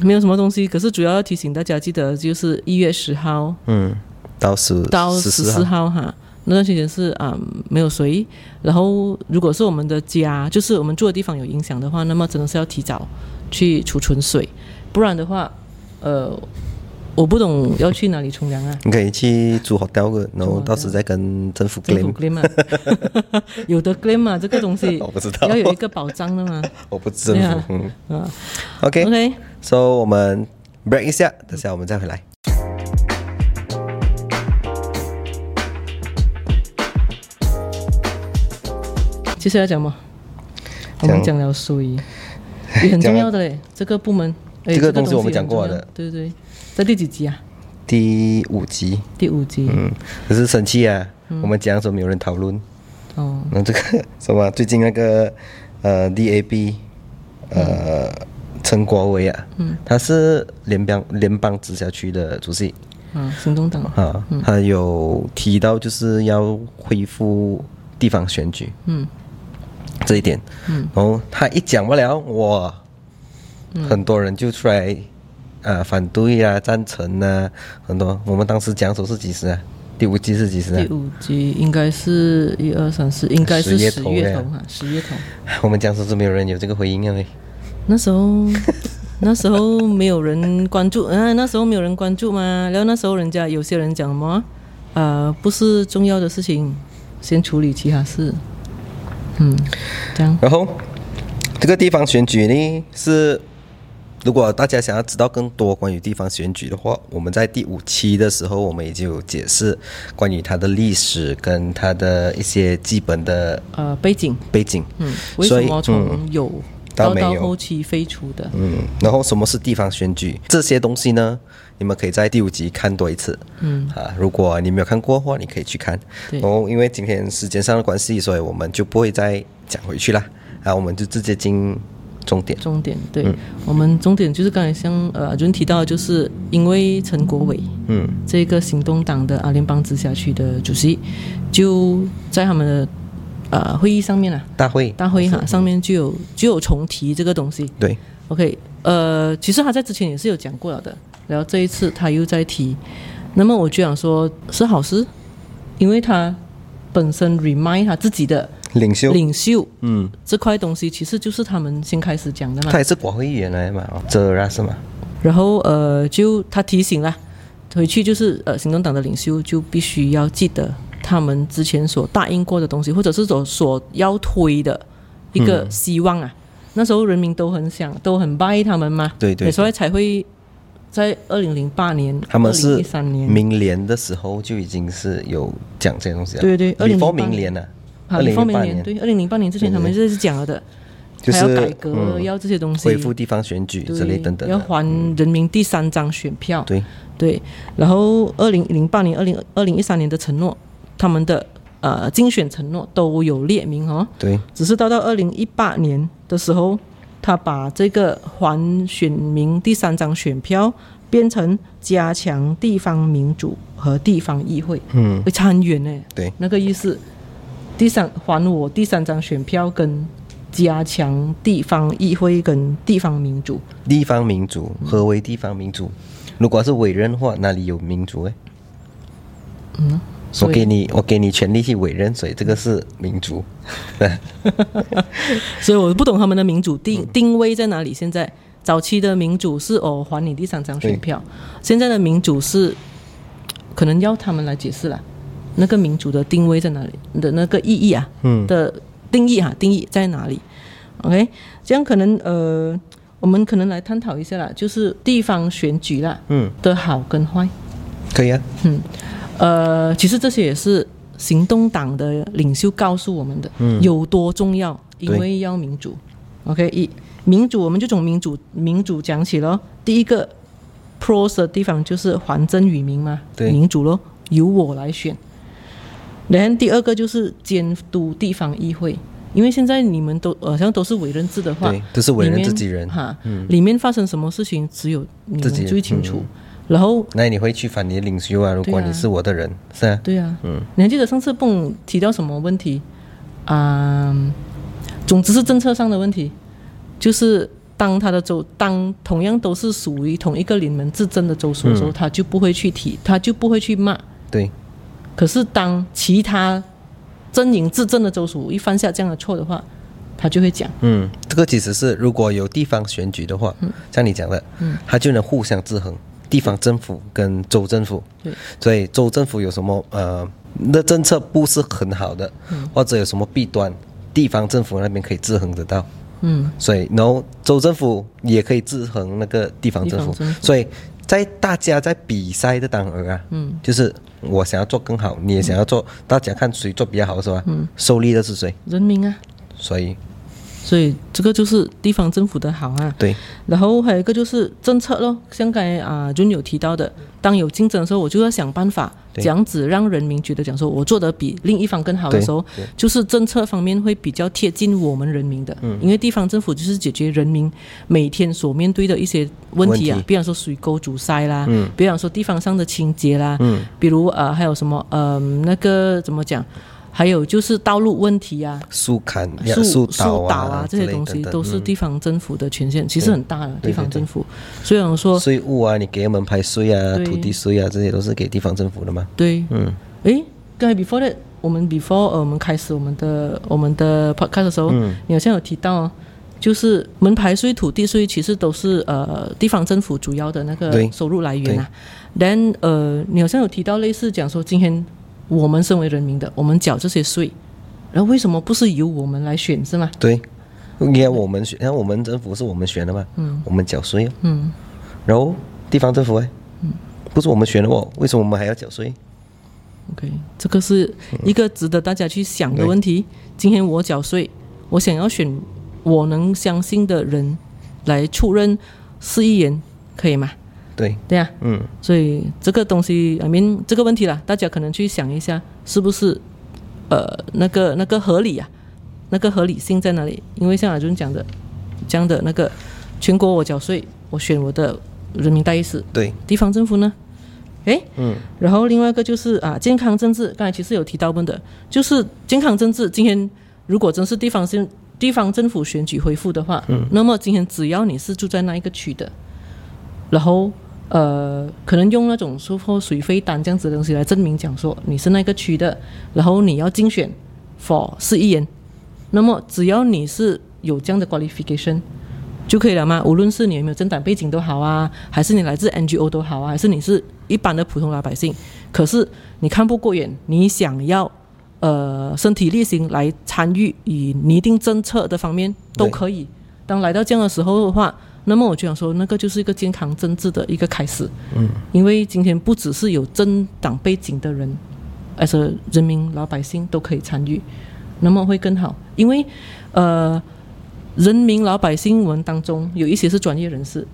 [SPEAKER 1] 没有什么东西，可是主要要提醒大家，记得就是一月十号
[SPEAKER 2] 嗯，到十
[SPEAKER 1] 到
[SPEAKER 2] 十
[SPEAKER 1] 十
[SPEAKER 2] 四
[SPEAKER 1] 四
[SPEAKER 2] 号，
[SPEAKER 1] 号哈，那段时间是啊、嗯没有谁。然后如果是我们的家，就是我们住的地方有影响的话，那么真的是要提早去储存水，不然的话，呃，我不懂要去哪里冲凉啊。
[SPEAKER 2] 你可以去租 hotel 的，然后到时再跟政府
[SPEAKER 1] 政府
[SPEAKER 2] claim。
[SPEAKER 1] claim 啊， <laughs> 有的 claim 啊，这个东西
[SPEAKER 2] <laughs> 我不知道
[SPEAKER 1] 要有一个保障的嘛。
[SPEAKER 2] 我不知
[SPEAKER 1] 对
[SPEAKER 2] 政
[SPEAKER 1] 啊
[SPEAKER 2] 府。嗯，
[SPEAKER 1] 啊
[SPEAKER 2] OK，
[SPEAKER 1] ，OK，
[SPEAKER 2] so 我们 break 一下，等下我们再回来。
[SPEAKER 1] 接下来讲嘛，我们讲了水，
[SPEAKER 2] <laughs>
[SPEAKER 1] 也很重要的嘞。这个部门，哎
[SPEAKER 2] 啊这个东
[SPEAKER 1] 东
[SPEAKER 2] 西
[SPEAKER 1] 西
[SPEAKER 2] 我们讲过
[SPEAKER 1] 很重要
[SPEAKER 2] 的
[SPEAKER 1] 对对，在第几集啊？
[SPEAKER 2] 第五集，
[SPEAKER 1] 第五集。
[SPEAKER 2] 嗯，可是生气啊，我们讲的时候没有人讨论。
[SPEAKER 1] 哦，
[SPEAKER 2] 那这个什么，最近那个呃 DAB，呃、陈国伟啊，他是联邦联邦直辖区的主席
[SPEAKER 1] 啊，行动党，
[SPEAKER 2] 啊，他有提到就是要恢复地方选举
[SPEAKER 1] 嗯
[SPEAKER 2] 这一点，
[SPEAKER 1] 嗯，
[SPEAKER 2] 然后他一讲不了，哇，很多人就出来啊反对啊、赞成啊，很多。我们当时讲的时候是几时啊？第五季是几时啊
[SPEAKER 1] 第？五集应该是一二三四，应该是
[SPEAKER 2] 十月
[SPEAKER 1] 十
[SPEAKER 2] 头哎
[SPEAKER 1] 月
[SPEAKER 2] 呀
[SPEAKER 1] 头哈，十月头。
[SPEAKER 2] 我们讲的时候是没有人有这个回应啊喂。
[SPEAKER 1] 那时候，那时候没有人关注， <laughs> 啊，那时候没有人关注嘛。然后那时候人家有些人讲什么，呃，不是重要的事情，先处理其他事。嗯，这样，
[SPEAKER 2] 然后这个地方选举呢是，如果大家想要知道更多关于地方选举的话，我们在第五期的时候我们已经有解释关于它的历史跟它的一些基本的
[SPEAKER 1] 呃，背景，
[SPEAKER 2] 背景。
[SPEAKER 1] 嗯，为
[SPEAKER 2] 所
[SPEAKER 1] 什
[SPEAKER 2] 以
[SPEAKER 1] 么从有
[SPEAKER 2] 到
[SPEAKER 1] 到
[SPEAKER 2] 没
[SPEAKER 1] 到
[SPEAKER 2] 有
[SPEAKER 1] 后期废除的？
[SPEAKER 2] 嗯，然后什么是地方选举？这些东西呢，你们可以在第五集看多一次。
[SPEAKER 1] 嗯
[SPEAKER 2] 啊，如果你没有看过的话，你可以去看。
[SPEAKER 1] 对
[SPEAKER 2] 然后因为今天时间上的关系，所以我们就不会再讲回去啦。啊，我们就直接进重点。
[SPEAKER 1] 重点对、
[SPEAKER 2] 嗯
[SPEAKER 1] 我们重点就是刚才像呃阿伦提到，就是因为陈国伟
[SPEAKER 2] 嗯
[SPEAKER 1] 这个行动党的阿联邦直辖区的主席，就在他们的呃会议上面啊，
[SPEAKER 2] 大会，
[SPEAKER 1] 大会哈上面就有就有重提这个东西。
[SPEAKER 2] 对，
[SPEAKER 1] OK，呃，其实他在之前也是有讲过了的，然后这一次他又在提，那么我就想说是好事，因为他本身 remind 他自己的
[SPEAKER 2] 领袖，
[SPEAKER 1] 领袖
[SPEAKER 2] 嗯，
[SPEAKER 1] 这块东西，其实就是他们先开始讲的嘛
[SPEAKER 2] 他。也是国会议员来嘛，哦泽拉是吗？
[SPEAKER 1] 然后呃，就他提醒啦，回去就是呃，行动党的领袖就必须要记得他们之前所答应过的东西，或者是所所要推的一
[SPEAKER 2] 嗯
[SPEAKER 1] 个希望啊。那时候人民都很想，都很 buy 他们嘛，
[SPEAKER 2] 对对对
[SPEAKER 1] 所以才会在二零零八年，
[SPEAKER 2] 他们是
[SPEAKER 1] 三年，
[SPEAKER 2] 明年的时候就已经是有讲这些东西了。
[SPEAKER 1] 对对
[SPEAKER 2] 比
[SPEAKER 1] 2008
[SPEAKER 2] e 明年呢，
[SPEAKER 1] 啊
[SPEAKER 2] 二零
[SPEAKER 1] 方
[SPEAKER 2] 零
[SPEAKER 1] 面
[SPEAKER 2] 八
[SPEAKER 1] 对，二零零八年之前他们就是讲了的，
[SPEAKER 2] 就是
[SPEAKER 1] 还要改革，
[SPEAKER 2] 嗯
[SPEAKER 1] 要这些东西，
[SPEAKER 2] 恢复地方选举
[SPEAKER 1] 对
[SPEAKER 2] 之类等等
[SPEAKER 1] 要
[SPEAKER 2] 的，嗯
[SPEAKER 1] 还人民第三张选票，
[SPEAKER 2] 对，
[SPEAKER 1] 对，然后二零零八年、二零二零一三年的承诺，他们的呃竞选承诺都有列明哦，
[SPEAKER 2] 对，
[SPEAKER 1] 只是到到二零一八年的时候，他把这个还选民第三张选票变成加强地方民主和地方议会，
[SPEAKER 2] 嗯，
[SPEAKER 1] 会参选呢，
[SPEAKER 2] 对，
[SPEAKER 1] 那个意思。第三还我第三张选票跟加强地方议会跟地方民主，
[SPEAKER 2] 地方民主，何为地方民主？如果是委任的话，哪里有民主？哎，
[SPEAKER 1] 嗯，
[SPEAKER 2] 我
[SPEAKER 1] 所以
[SPEAKER 2] 给你，我给你权利去委任，所以这个是民主。
[SPEAKER 1] 所以我不懂他们的民主定定位在哪里。现在早期的民主是哦，还你第三张选票，现在的民主是可能要他们来解释啦，那个民主的定位在哪里的那个意义啊，嗯，的定义啊，定义在哪里？OK，这样可能呃，我们可能来探讨一下啦，就是地方选举啦，
[SPEAKER 2] 嗯，
[SPEAKER 1] 的好跟坏，
[SPEAKER 2] 可以啊，
[SPEAKER 1] 呃，其实这些也是行动党的领袖告诉我们的，有多重要，因
[SPEAKER 2] 嗯对
[SPEAKER 1] 为要民主。OK，一民主，我们就从民主民主讲起咯。第一个 pros 的地方就是还政于民嘛，
[SPEAKER 2] 对
[SPEAKER 1] 民主咯，由我来选。然后第二个就是监督地方议会，因为现在你们都好像都是委任制的话，
[SPEAKER 2] 对都是委任
[SPEAKER 1] 里面
[SPEAKER 2] 自己人嗯
[SPEAKER 1] 哈，里面发生什么事情只有你
[SPEAKER 2] 自己
[SPEAKER 1] 们
[SPEAKER 2] 人嗯
[SPEAKER 1] 最清楚。然后
[SPEAKER 2] 那你会去反你的领袖啊？如果
[SPEAKER 1] 对啊
[SPEAKER 2] 你是我的人，是啊，
[SPEAKER 1] 对啊，嗯，你还记得上次蹦提到什么问题？啊、总之是政策上的问题，就是当他的州当同样都是属于同一个联盟自争的州属的时候，他就不会去提，他就不会去骂。
[SPEAKER 2] 对，
[SPEAKER 1] 可是当其他阵营自政的州属一犯下这样的错的话，他就会讲。
[SPEAKER 2] 嗯，这个其实是如果有地方选举的话，
[SPEAKER 1] 嗯
[SPEAKER 2] 像你讲的，它就能互相制衡，地方政府跟州政府
[SPEAKER 1] 对。
[SPEAKER 2] 所以州政府有什么呃，那政策不是很好的，
[SPEAKER 1] 嗯
[SPEAKER 2] 或者有什么弊端，地方政府那边可以制衡得到。
[SPEAKER 1] 嗯，
[SPEAKER 2] 所以，然后州政府也可以制衡那个地方政
[SPEAKER 1] 地
[SPEAKER 2] 府，
[SPEAKER 1] 方政府
[SPEAKER 2] 所以在大家在比赛的当儿啊，
[SPEAKER 1] 嗯，
[SPEAKER 2] 就是我想要做更好，你也想要做，大家看谁做比较好是吧？嗯，受力的是谁？
[SPEAKER 1] 人民啊，
[SPEAKER 2] 所以
[SPEAKER 1] 所以这个就是地方政府的好啊。
[SPEAKER 2] 对，
[SPEAKER 1] 然后还有一个就是政策咯，像刚才啊 Jun 有提到的，当有竞争的时候，我就要想办法
[SPEAKER 2] 对
[SPEAKER 1] 这样子让人民觉得讲说我做的比另一方更好的时候，就是政策方面会比较贴近我们人民的，
[SPEAKER 2] 嗯
[SPEAKER 1] 因为地方政府就是解决人民每天所面对的一些问题啊，
[SPEAKER 2] 问题嗯
[SPEAKER 1] 比方说水沟阻塞啦，比方说地方上的清洁啦，比如呃还有什么呃那个怎么讲，还有就是道路问题啊，
[SPEAKER 2] 树砍、
[SPEAKER 1] 树
[SPEAKER 2] 倒
[SPEAKER 1] 倒啊这些
[SPEAKER 2] 之类
[SPEAKER 1] 东西
[SPEAKER 2] 等嗯等
[SPEAKER 1] 都是地方政府的权限，其实很大的
[SPEAKER 2] 对
[SPEAKER 1] 地方政府。虽然说
[SPEAKER 2] 税务啊，你给门牌税啊、
[SPEAKER 1] 对
[SPEAKER 2] 土地税啊，这些都是给地方政府的嘛。
[SPEAKER 1] 对，嗯，诶，刚才 before that，我们 before 呃，我们开始我们的我们的 podcast 的时候，
[SPEAKER 2] 嗯
[SPEAKER 1] 你好像有提到、哦，就是门牌税、土地税其实都是呃地方政府主要的那个
[SPEAKER 2] 对
[SPEAKER 1] 收入来源啊。但呃，你好像有提到类似讲说，今天我们身为人民的，我们缴这些税，然后为什么不是由我们来选是吗？
[SPEAKER 2] 对，应该我们选，然后我们政府是我们选的嘛，嗯，我们缴税、哦，嗯，然后地方政府哎，
[SPEAKER 1] 嗯
[SPEAKER 2] 不是我们选的哦，为什么我们还要缴税？
[SPEAKER 1] OK，这个是一个值得大家去想的问题。今天我缴税，我想要选我能相信的人来出任市议员，可以吗？
[SPEAKER 2] 对，
[SPEAKER 1] 对呀、
[SPEAKER 2] 嗯，
[SPEAKER 1] 所以这个东西，I mean 这个问题啦，大家可能去想一下，是不是呃那个那个合理啊，那个合理性在哪里？因为像阿尊讲的，讲的那个全国我缴税，我选我的人民代议士，
[SPEAKER 2] 对，
[SPEAKER 1] 地方政府呢？诶，嗯，然后另外一个就是啊，健康政治，刚才其实有提到问的，就是健康政治。今天如果真是地方政地方政府选举恢复的话，嗯，那么今天只要你是住在那一个区的，然后呃，可能用那种说或水费单这样子的东西来证明讲说你是那个区的，然后你要竞选 for 市议员，那么只要你是有这样的 qualification 就可以了吗？无论是你有没有政党背景都好啊，还是你来自 NGO 都好啊，还是你是一般的普通老百姓，可是你看不过眼，你想要呃身体力行来参与以拟定政策的方面都
[SPEAKER 2] 对
[SPEAKER 1] 可以。当来到这样的时候的话，那么我就想说，那个就是一个健康政治的一个开始。嗯，因为今天不只是有政党背景的人，而是人民老百姓都可以参与，那么会更好。因为呃，人民老百姓文当中有一些是专业人士，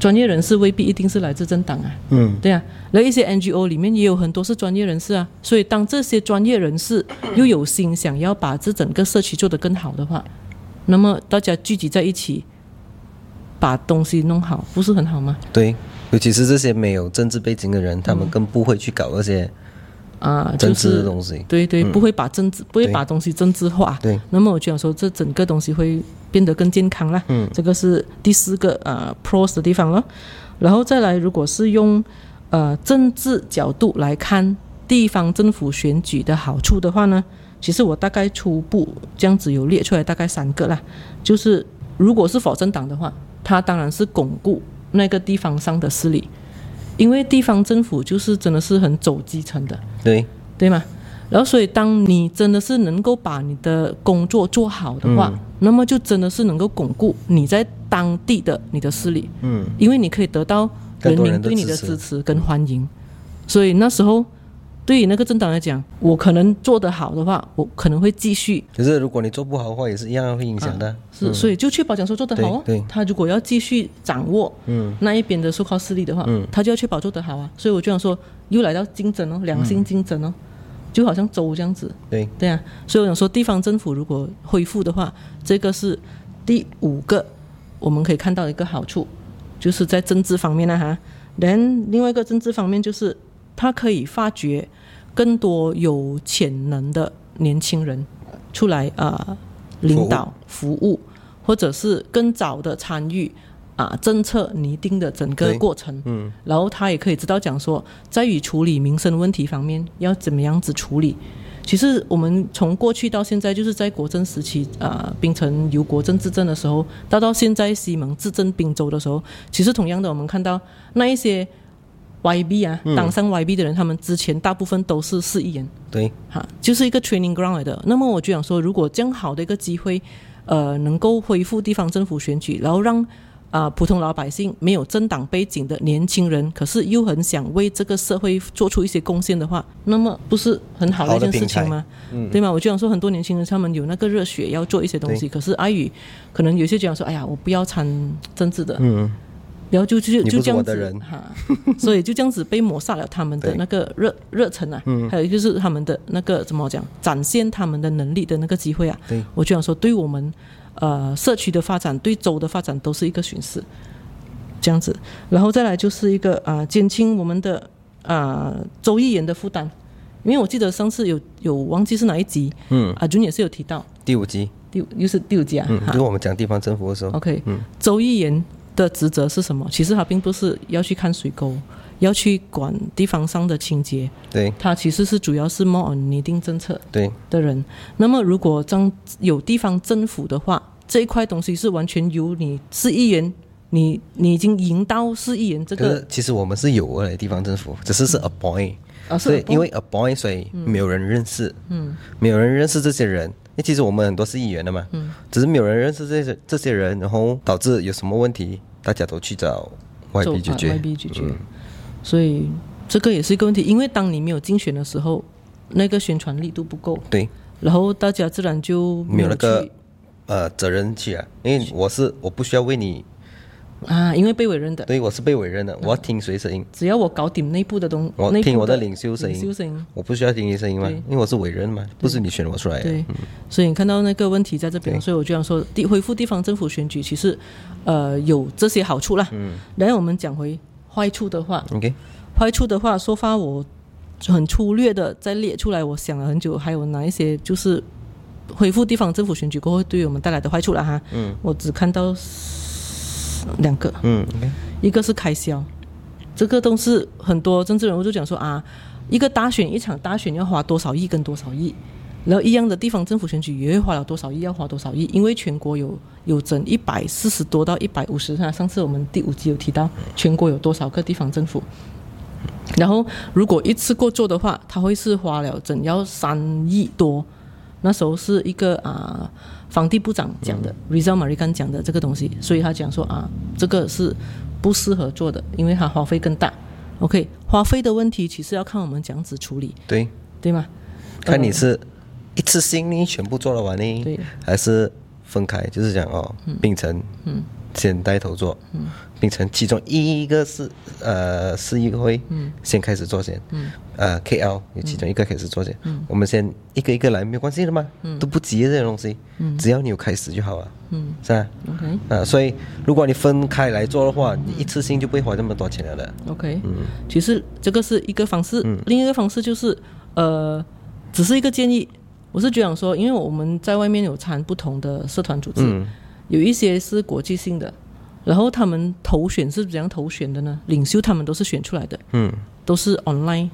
[SPEAKER 1] 专业人士未必一定是来自政党啊。
[SPEAKER 2] 嗯，
[SPEAKER 1] 对啊，然后一些 NGO 里面也有很多是专业人士啊，所以当这些专业人士又有心想要把这整个社区做得更好的话，那么大家聚集在一起，把东西弄好，不是很好吗？
[SPEAKER 2] 对，尤其是这些没有政治背景的人，
[SPEAKER 1] 嗯
[SPEAKER 2] 他们更不会去搞那些
[SPEAKER 1] 啊，
[SPEAKER 2] 政
[SPEAKER 1] 就
[SPEAKER 2] 治的
[SPEAKER 1] 是
[SPEAKER 2] 东西。
[SPEAKER 1] 对对，不会把政治不会
[SPEAKER 2] 嗯对
[SPEAKER 1] 把东西政治化。
[SPEAKER 2] 对
[SPEAKER 1] 那么我就想说，这整个东西会变得更健康啦。嗯，这个是第四个呃 pros 的地方了。然后再来，如果是用呃政治角度来看地方政府选举的好处的话呢，其实我大概初步这样子有列出来大概三个啦，就是如果是否政党的话，它当然是巩固那个地方上的势力，因为地方政府就是真的是很走基层的，
[SPEAKER 2] 对，
[SPEAKER 1] 对吗？然后，所以当你真的是能够把你的工作做好的
[SPEAKER 2] 嗯
[SPEAKER 1] 话，那么就真的是能够巩固你在当地的你的势力，
[SPEAKER 2] 嗯，
[SPEAKER 1] 因为你可以得到
[SPEAKER 2] 更
[SPEAKER 1] 人
[SPEAKER 2] 多人
[SPEAKER 1] 民
[SPEAKER 2] 的
[SPEAKER 1] 对你的
[SPEAKER 2] 支
[SPEAKER 1] 支
[SPEAKER 2] 持
[SPEAKER 1] 持跟欢迎。所以那时候，对于那个政党来讲，我可能做得好的话，我可能会继续。
[SPEAKER 2] 可是如果你做不好的话，也是一样会影响的。
[SPEAKER 1] 是，所以就确保讲说做得好哦
[SPEAKER 2] 嗯对对。
[SPEAKER 1] 他如果要继续掌握
[SPEAKER 2] 嗯
[SPEAKER 1] 那一边的受靠势力的话，
[SPEAKER 2] 嗯
[SPEAKER 1] 他就要确保做得好啊。所以我就想说，又来到竞争哦，良
[SPEAKER 2] 嗯
[SPEAKER 1] 性竞争哦，就好像州这样子，
[SPEAKER 2] 对，
[SPEAKER 1] 对啊，所以我想说，地方政府如果恢复的话，这个是第五个我们可以看到一个好处，就是在政治方面呢、哈。然另外一个政治方面就是，它可以发掘更多有潜能的年轻人出来啊、呃领导服务，或者是更早的参与啊、政策拟定的整个
[SPEAKER 2] 对
[SPEAKER 1] 过程。
[SPEAKER 2] 嗯，
[SPEAKER 1] 然后他也可以知道讲说，在于处理民生问题方面要怎么样子处理。其实我们从过去到现在，就是在国政时期，啊，槟城由国政执政的时候，到到现在西蒙执政滨州的时候，其实同样的，我们看到那一些 YB 啊，
[SPEAKER 2] 嗯
[SPEAKER 1] 当上 YB 的人，他们之前大部分都是市议员，
[SPEAKER 2] 对，
[SPEAKER 1] 哈，就是一个 training ground 来的。那么我就想说，如果这样好的一个机会，呃，能够恢复地方政府选举，然后让啊、普通老百姓没有政党背景的年轻人，可是又很想为这个社会做出一些贡献的话，那么不是很好的一嗯件事情吗？对吗？我就想说，很多年轻人他们有那个热血要做一些东西，可是碍于可能有些就想说，哎呀，我不要参政治的，
[SPEAKER 2] 嗯，
[SPEAKER 1] 然后就就
[SPEAKER 2] 你
[SPEAKER 1] 就
[SPEAKER 2] 不是
[SPEAKER 1] 这
[SPEAKER 2] 我
[SPEAKER 1] 样
[SPEAKER 2] 的
[SPEAKER 1] 子
[SPEAKER 2] 人
[SPEAKER 1] 哈， <laughs> 所以就这样子被抹杀了他们的
[SPEAKER 2] 对嗯
[SPEAKER 1] 那个热热忱啊，还有就是他们的那个怎么讲，展现他们的能力的那个机会啊。
[SPEAKER 2] 对，
[SPEAKER 1] 我就想说，对我们呃社区的发展，对州的发展都是一个损失，这样子。然后再来就是一个啊、呃减轻我们的啊、呃州议员的负担，因为我记得上次有有忘记是哪一集，
[SPEAKER 2] 嗯，
[SPEAKER 1] 阿军也是有提到
[SPEAKER 2] 第五集，
[SPEAKER 1] 第五又是第五集啊，
[SPEAKER 2] 嗯，
[SPEAKER 1] 哈哦
[SPEAKER 2] 如果我们讲地方政府的时候，
[SPEAKER 1] OK，州议员的职责是什么？其实他并不是要去看水沟，要去管地方上的清洁，
[SPEAKER 2] 对
[SPEAKER 1] 他其实是主要是 more on 拟定政策
[SPEAKER 2] 对，
[SPEAKER 1] 的人。那么如果当有地方政府的话，这一块东西是完全由你市议员，你你已经赢到市议员这
[SPEAKER 2] 可
[SPEAKER 1] 个
[SPEAKER 2] 是其实我们是有的地方政府，只是是 appoint，
[SPEAKER 1] 啊是
[SPEAKER 2] 所以
[SPEAKER 1] appoint
[SPEAKER 2] 因为 appoint，所以没有人认识，嗯，没有人认识这些人。因为其实我们很多是议员的嘛，嗯，只是没有人认识这些这些人，然后导致有什么问题，大家都去找外
[SPEAKER 1] 走
[SPEAKER 2] 币嗯解
[SPEAKER 1] 啊
[SPEAKER 2] 决。
[SPEAKER 1] YB 解决。所以这个也是一个问题，因为当你没有竞选的时候，那个宣传力度不够，
[SPEAKER 2] 对，
[SPEAKER 1] 然后大家自然就
[SPEAKER 2] 没有那
[SPEAKER 1] 去
[SPEAKER 2] 个呃责任去啊，因为我是我不需要为你，
[SPEAKER 1] 啊，因为被委任的。
[SPEAKER 2] 对我是被委
[SPEAKER 1] 嗯
[SPEAKER 2] 任的，我要听谁声音，
[SPEAKER 1] 只要我搞定内部的东，
[SPEAKER 2] 我
[SPEAKER 1] 内部
[SPEAKER 2] 听我
[SPEAKER 1] 的
[SPEAKER 2] 的领袖声
[SPEAKER 1] 领袖
[SPEAKER 2] 音，
[SPEAKER 1] 声音，
[SPEAKER 2] 我不需要听你声音嘛，
[SPEAKER 1] 对
[SPEAKER 2] 因为我是委任嘛，不是你选我出来的。
[SPEAKER 1] 对，所以你看到那个问题在这边，
[SPEAKER 2] 对
[SPEAKER 1] 所以我就想说，地恢复地方政府选举其实，呃，有这些好处啦。嗯，然后我们讲回坏处的话，
[SPEAKER 2] OK，
[SPEAKER 1] 坏处的话，说发我很粗略的再列出来，我想了很久，还有哪一些就是恢复地方政府选举过后对于我们带来的坏处了哈。嗯，我只看到两个，
[SPEAKER 2] 嗯，OK，
[SPEAKER 1] 一个是开销，这个都是很多政治人物就讲说啊，一个大选一场大选要花多少亿跟多少亿，然后一样的地方政府选举也会花了多少亿，要花多少亿，因为全国有有整一百四十多到一百五十，上次我们第五集有提到全国有多少个地方政府。然后，如果一次过做的话，它会是花了整要三亿多。那时候是一个啊、房地部长讲的、r
[SPEAKER 2] 嗯
[SPEAKER 1] i z a l Marikan 讲的这个东西，所以他讲说啊，这个是不适合做的，因为它花费更大。OK，花费的问题其实要看我们怎样子处理，
[SPEAKER 2] 对，
[SPEAKER 1] 对吗？
[SPEAKER 2] 看你是一次性呢全部做了完呢
[SPEAKER 1] 对，
[SPEAKER 2] 还是分开，就是讲哦，病程，嗯，先带头做，嗯，病程其中一个是呃市议会，嗯，先开始做先，嗯，呃 KL 有其中一个开始做先，嗯，我们先一个一个来，没有关系的嘛，嗯，都不急的这些东西，嗯，只要你有开始就好了，嗯，是吧？
[SPEAKER 1] OK
[SPEAKER 2] 啊，所以如果你分开来做的话，你一次性就不会花那么多钱了的，
[SPEAKER 1] OK，、其实这个是一个方式，另一个方式就是呃，只是一个建议。我是觉得说，因为我们在外面有参不同的社团组织，有一些是国际性的，然后他们投选是怎样投选的呢？领袖他们都是选出来的，
[SPEAKER 2] 嗯，
[SPEAKER 1] 都是 online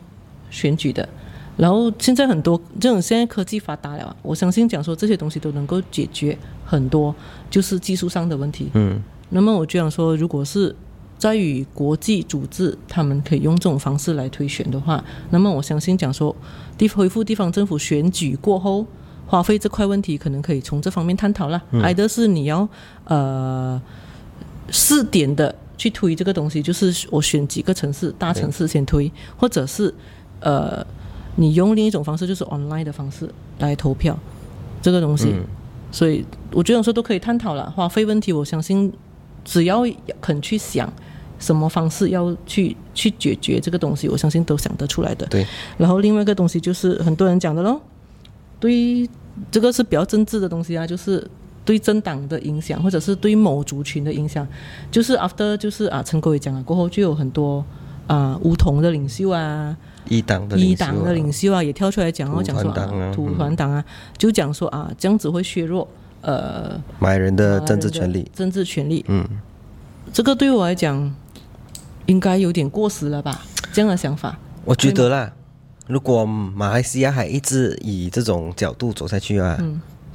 [SPEAKER 1] 选举的。然后现在很多这种现在科技发达了啊，我相信讲说这些东西都能够解决很多就是技术上的问题。
[SPEAKER 2] 嗯，
[SPEAKER 1] 那么我就想说，如果是在于国际组织他们可以用这种方式来推选的话，那么我相信讲说地恢复地方政府选举过后，花费这块问题可能可以从这方面探讨啦。挨的是你要呃试点的去推这个东西，就是我选几个城市大城市先推，或者是呃你用另一种方式，就是 online 的方式来投票这个东西。所以我觉得说都可以探讨了。花费问题，我相信只要肯去想什么方式要去去解决这个东西，我相信都想得出来的。
[SPEAKER 2] 对，
[SPEAKER 1] 然后另外一个东西就是很多人讲的咯，对这个是比较政治的东西啊，就是对政党的影响，或者是对某族群的影响，就是 after 就是啊，陈国伟讲了过后，就有很多啊梧桐的领袖啊，
[SPEAKER 2] 一党的
[SPEAKER 1] 一
[SPEAKER 2] 领袖啊
[SPEAKER 1] 党的领袖啊也跳出来讲哦，
[SPEAKER 2] 土
[SPEAKER 1] 讲说
[SPEAKER 2] 团党啊
[SPEAKER 1] 啊，土团党啊，就讲说啊，这样子会削弱呃
[SPEAKER 2] 马来人的政治权利，
[SPEAKER 1] 政治权利，
[SPEAKER 2] 嗯，
[SPEAKER 1] 这个对我来讲应该有点过时了吧？这样的想法，
[SPEAKER 2] 我觉得啦，如果马来西亚还一直以这种角度走下去啊，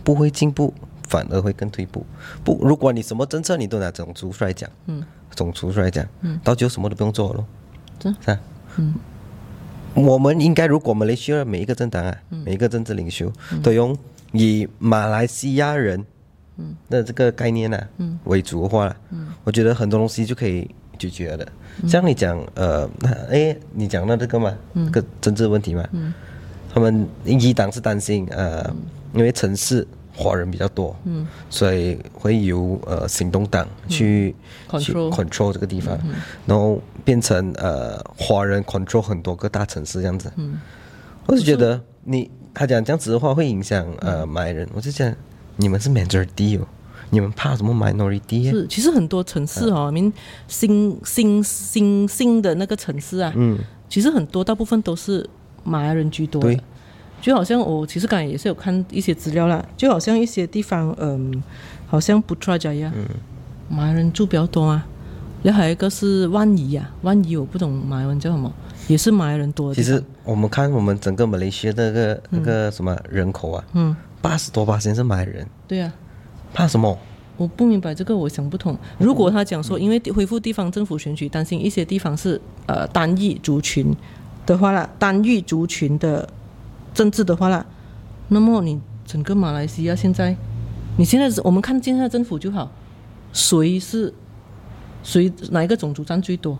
[SPEAKER 2] 不会进步，反而会更退步。不，如果你什么政策你都拿种族出来讲，嗯，种族出来讲，嗯，到最后什么都不用做了，
[SPEAKER 1] 真
[SPEAKER 2] 是吧？嗯，我们应该，如果我们来需要每一个政党啊，每一个政治领袖都用以马来西亚人。嗯那这个概念呢、啊为主的话，我觉得很多东西就可以解决的。像你讲，呃， <laughs> 那哎，你讲到这个嘛，这个政治问题嘛，他们一党是担心，呃，因为城市华人比较多，所以会由呃行动党去、去
[SPEAKER 1] Control 嗯
[SPEAKER 2] control 这个地方，然后变成呃华人 control 很多个大城市这样子。
[SPEAKER 1] 嗯
[SPEAKER 2] 我是觉得你他讲这样子的话会影响
[SPEAKER 1] 嗯
[SPEAKER 2] 呃马来人，我就讲你们是 majority 哦，你们怕什么 minority？耶
[SPEAKER 1] 是其实很多城市
[SPEAKER 2] 嗯
[SPEAKER 1] 哦，明新新新新的那个城市啊，嗯，其实很多大部分都是马来人居多的
[SPEAKER 2] 对。
[SPEAKER 1] 就好像我其实刚才也是有看一些资料啦，就好像一些地方，嗯，好像布拉加呀，
[SPEAKER 2] 嗯
[SPEAKER 1] 马来人住比较多啊。然后还有一个是万宜啊，万宜我不懂马来文叫什么，也是马来人多的地
[SPEAKER 2] 其
[SPEAKER 1] 方。
[SPEAKER 2] 实我们看我们整个马来西亚的那个、那个什么人口啊，
[SPEAKER 1] 嗯，
[SPEAKER 2] 八十多八先是马来人，
[SPEAKER 1] 对啊，
[SPEAKER 2] 怕什么？
[SPEAKER 1] 我不明白这个，我想不通。如果他讲说，因为地恢复地方政府选举，担心一些地方是呃单一族群的话啦，单一族群的政治的话啦，那么你整个马来西亚现在，你现在是我们看现在的政府就好，谁是谁哪一个种族占最多？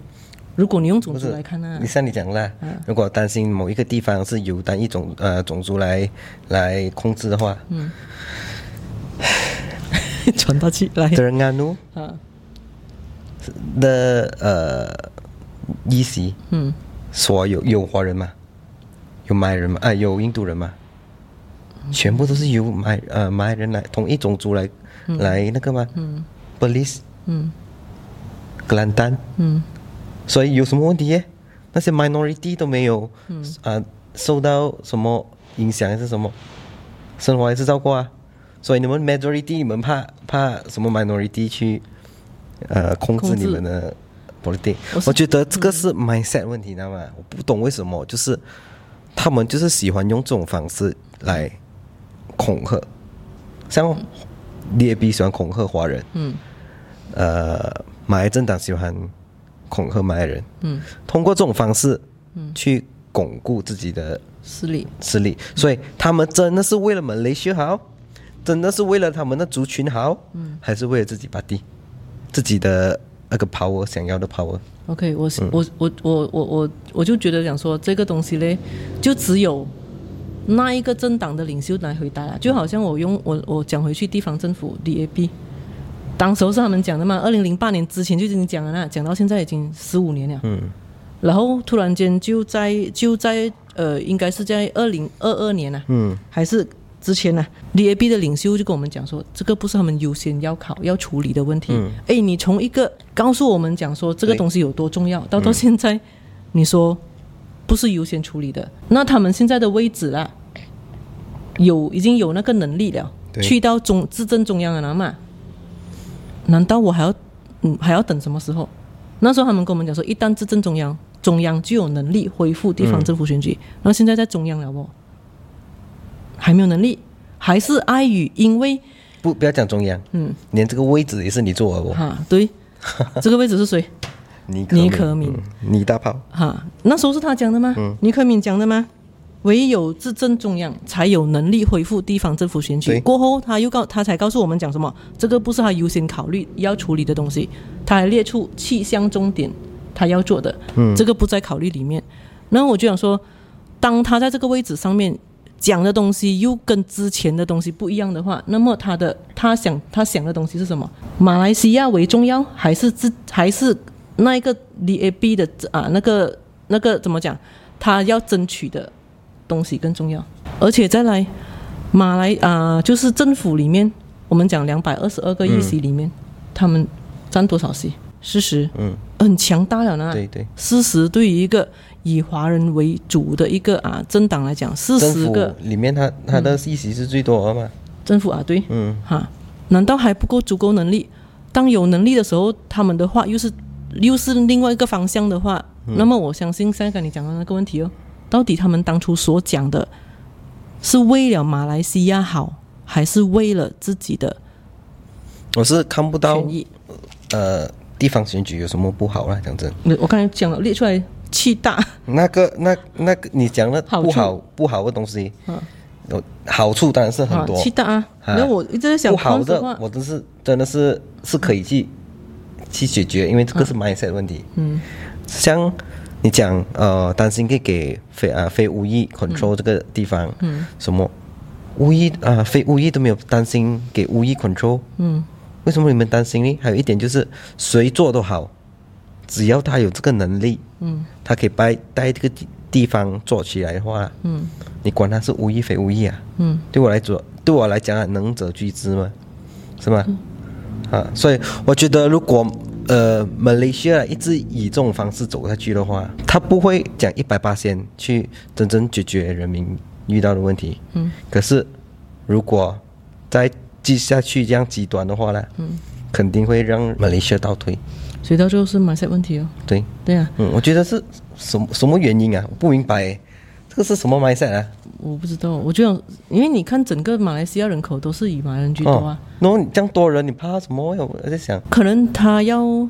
[SPEAKER 1] 如果你用种族来看啊嗯呢、
[SPEAKER 2] 你像你讲啦，如果担心某一个地方是由单一种呃种族来来控制的话，
[SPEAKER 1] 嗯传达起来
[SPEAKER 2] Terengganu
[SPEAKER 1] 啊，
[SPEAKER 2] 的呃一席，
[SPEAKER 1] 嗯，
[SPEAKER 2] 所有有华人嘛，有马来人嘛，啊、有印度人嘛，全部都是由马来呃马来人来同一种族来、来那个嘛，嗯，Belize，
[SPEAKER 1] 嗯，
[SPEAKER 2] 格兰丹，
[SPEAKER 1] 嗯，
[SPEAKER 2] 所以有什么问题耶？那些 minority 都没有，嗯啊、受到什么影响还是什么？生活还是照顾啊，所以你们 majority 你们怕怕什么 minority 去呃控制
[SPEAKER 1] 控
[SPEAKER 2] 你
[SPEAKER 1] 制
[SPEAKER 2] 们的 politics？
[SPEAKER 1] 我
[SPEAKER 2] 我
[SPEAKER 1] 是
[SPEAKER 2] 觉得这个是嗯 mindset 问题，你知道吗？我不懂为什么，就是他们就是喜欢用这种方式来恐吓，像列比喜欢恐吓华人，
[SPEAKER 1] 嗯
[SPEAKER 2] 呃，马来政党喜欢恐吓马来人，
[SPEAKER 1] 嗯，
[SPEAKER 2] 通过这种方式，去巩固自己的
[SPEAKER 1] 势力
[SPEAKER 2] 势力，
[SPEAKER 1] 嗯
[SPEAKER 2] 所以他们真的是为了马来西亚好，真的是为了他们的族群好，
[SPEAKER 1] 嗯
[SPEAKER 2] 还是为了自己把地、自己的那个 power 想要的 power？
[SPEAKER 1] OK，我是、我我我我我我就觉得讲说这个东西嘞，就只有那一个政党的领袖来回答啦。就好像我用我我讲回去地方政府 DAB，当时候是他们讲的嘛，二零零八年之前就已经讲了啦，讲到现在已经十五年了。嗯。然后突然间就在就在呃，应该是在二零二二年啊，嗯，还是之前呢、DAB 啊的领袖就跟我们讲说，这个不是他们优先要考要处理的问题。哎、你从一个告诉我们讲说这个
[SPEAKER 2] 对
[SPEAKER 1] 东西有多重要，到到现在、你说不是优先处理的，那他们现在的位置啦，有已经有那个能力了，
[SPEAKER 2] 对
[SPEAKER 1] 去到中执政中央了嘛？难道我还要嗯还要等什么时候？那时候他们跟我们讲说，一旦执政中央，中央就有能力恢复地方政府选举，然后现在在中央了不？还没有能力，还是碍于因为
[SPEAKER 2] 不不要讲中央，嗯，连这个位置也是你做的哦，
[SPEAKER 1] 哈，对，这个位置是谁？
[SPEAKER 2] 尼
[SPEAKER 1] 尼可敏
[SPEAKER 2] 嗯尼大炮，
[SPEAKER 1] 哈，那时候是他讲的吗？尼克敏讲的吗？唯有执政中央才有能力恢复地方政府选举。
[SPEAKER 2] 对
[SPEAKER 1] 过后，他又告他才告诉我们讲什么，这个不是他优先考虑要处理的东西，他还列出七项重点他要做的，嗯，这个不在考虑里面。那我就想说，当他在这个位置上面讲的东西又跟之前的东西不一样的话，那么他的他想他想的东西是什么？马来西亚为重要，还是自还是那一个 DAB 的啊那个那个怎么讲？他要争取的东西更重要。而且再来，马来啊、就是政府里面，我们讲两百二十二个议席里面，他们占多少席？四十，嗯，很强大了呢。
[SPEAKER 2] 对对，
[SPEAKER 1] 四十对于一个以华人为主的一个啊政党来讲，四
[SPEAKER 2] 政
[SPEAKER 1] 十
[SPEAKER 2] 府
[SPEAKER 1] 个嗯
[SPEAKER 2] 里面他他的议席是最多的嘛，
[SPEAKER 1] 政府啊，对，
[SPEAKER 2] 嗯，
[SPEAKER 1] 哈，难道还不够足够能力？当有能力的时候，他们的话又是又是另外一个方向的话，
[SPEAKER 2] 嗯
[SPEAKER 1] 那么我相信现在跟你讲的那个问题哦，到底他们当初所讲的是为了马来西亚好，还是为了自己的
[SPEAKER 2] 我是看不到
[SPEAKER 1] 权益？
[SPEAKER 2] 呃地方选举有什么不好啦，讲真。
[SPEAKER 1] 我我刚才讲了，列出来气大，
[SPEAKER 2] 那个那那个你讲的
[SPEAKER 1] 好
[SPEAKER 2] 不
[SPEAKER 1] 处
[SPEAKER 2] 好不好的东西
[SPEAKER 1] 嗯，
[SPEAKER 2] 有好处当然是很
[SPEAKER 1] 啊，
[SPEAKER 2] 多，
[SPEAKER 1] 气大啊！
[SPEAKER 2] 啊
[SPEAKER 1] 然后我一直在想，
[SPEAKER 2] 不好
[SPEAKER 1] 说实
[SPEAKER 2] 的
[SPEAKER 1] 话
[SPEAKER 2] 我真是真的是是可以去去解决，因为这个是 mindset 问题。嗯，像你讲呃，担心可以给非啊、非巫裔 control 这个地方，嗯，什么巫裔啊、非巫裔都没有担心给巫裔 control，嗯，为什么你们担心呢？还有一点就是谁做都好，只要他有这个能力，嗯，他可以带带这个地地方做起来的话，嗯，你管他是无意非无意啊，嗯，对我来说，对我来讲啊，能者居之嘛，是吗？啊，所以我觉得如果呃马来西亚一直以这种方式走下去的话，他不会讲一百八先去真正解决人民遇到的问题，嗯，可是如果再继续下去这样极端的话呢，嗯，肯定会让马来西亚倒退，
[SPEAKER 1] 所以到最后是马来西亚问题哦。
[SPEAKER 2] 对。
[SPEAKER 1] 对啊，
[SPEAKER 2] 嗯，我觉得是什么什么原因啊？我不明白，这个是什么 mindset 啊？
[SPEAKER 1] 我不知道，我就想，因为你看整个马来西亚人口都是以马来人居多啊。
[SPEAKER 2] 哦，然后你这样多人，你怕什么呀？我在想，
[SPEAKER 1] 可能他要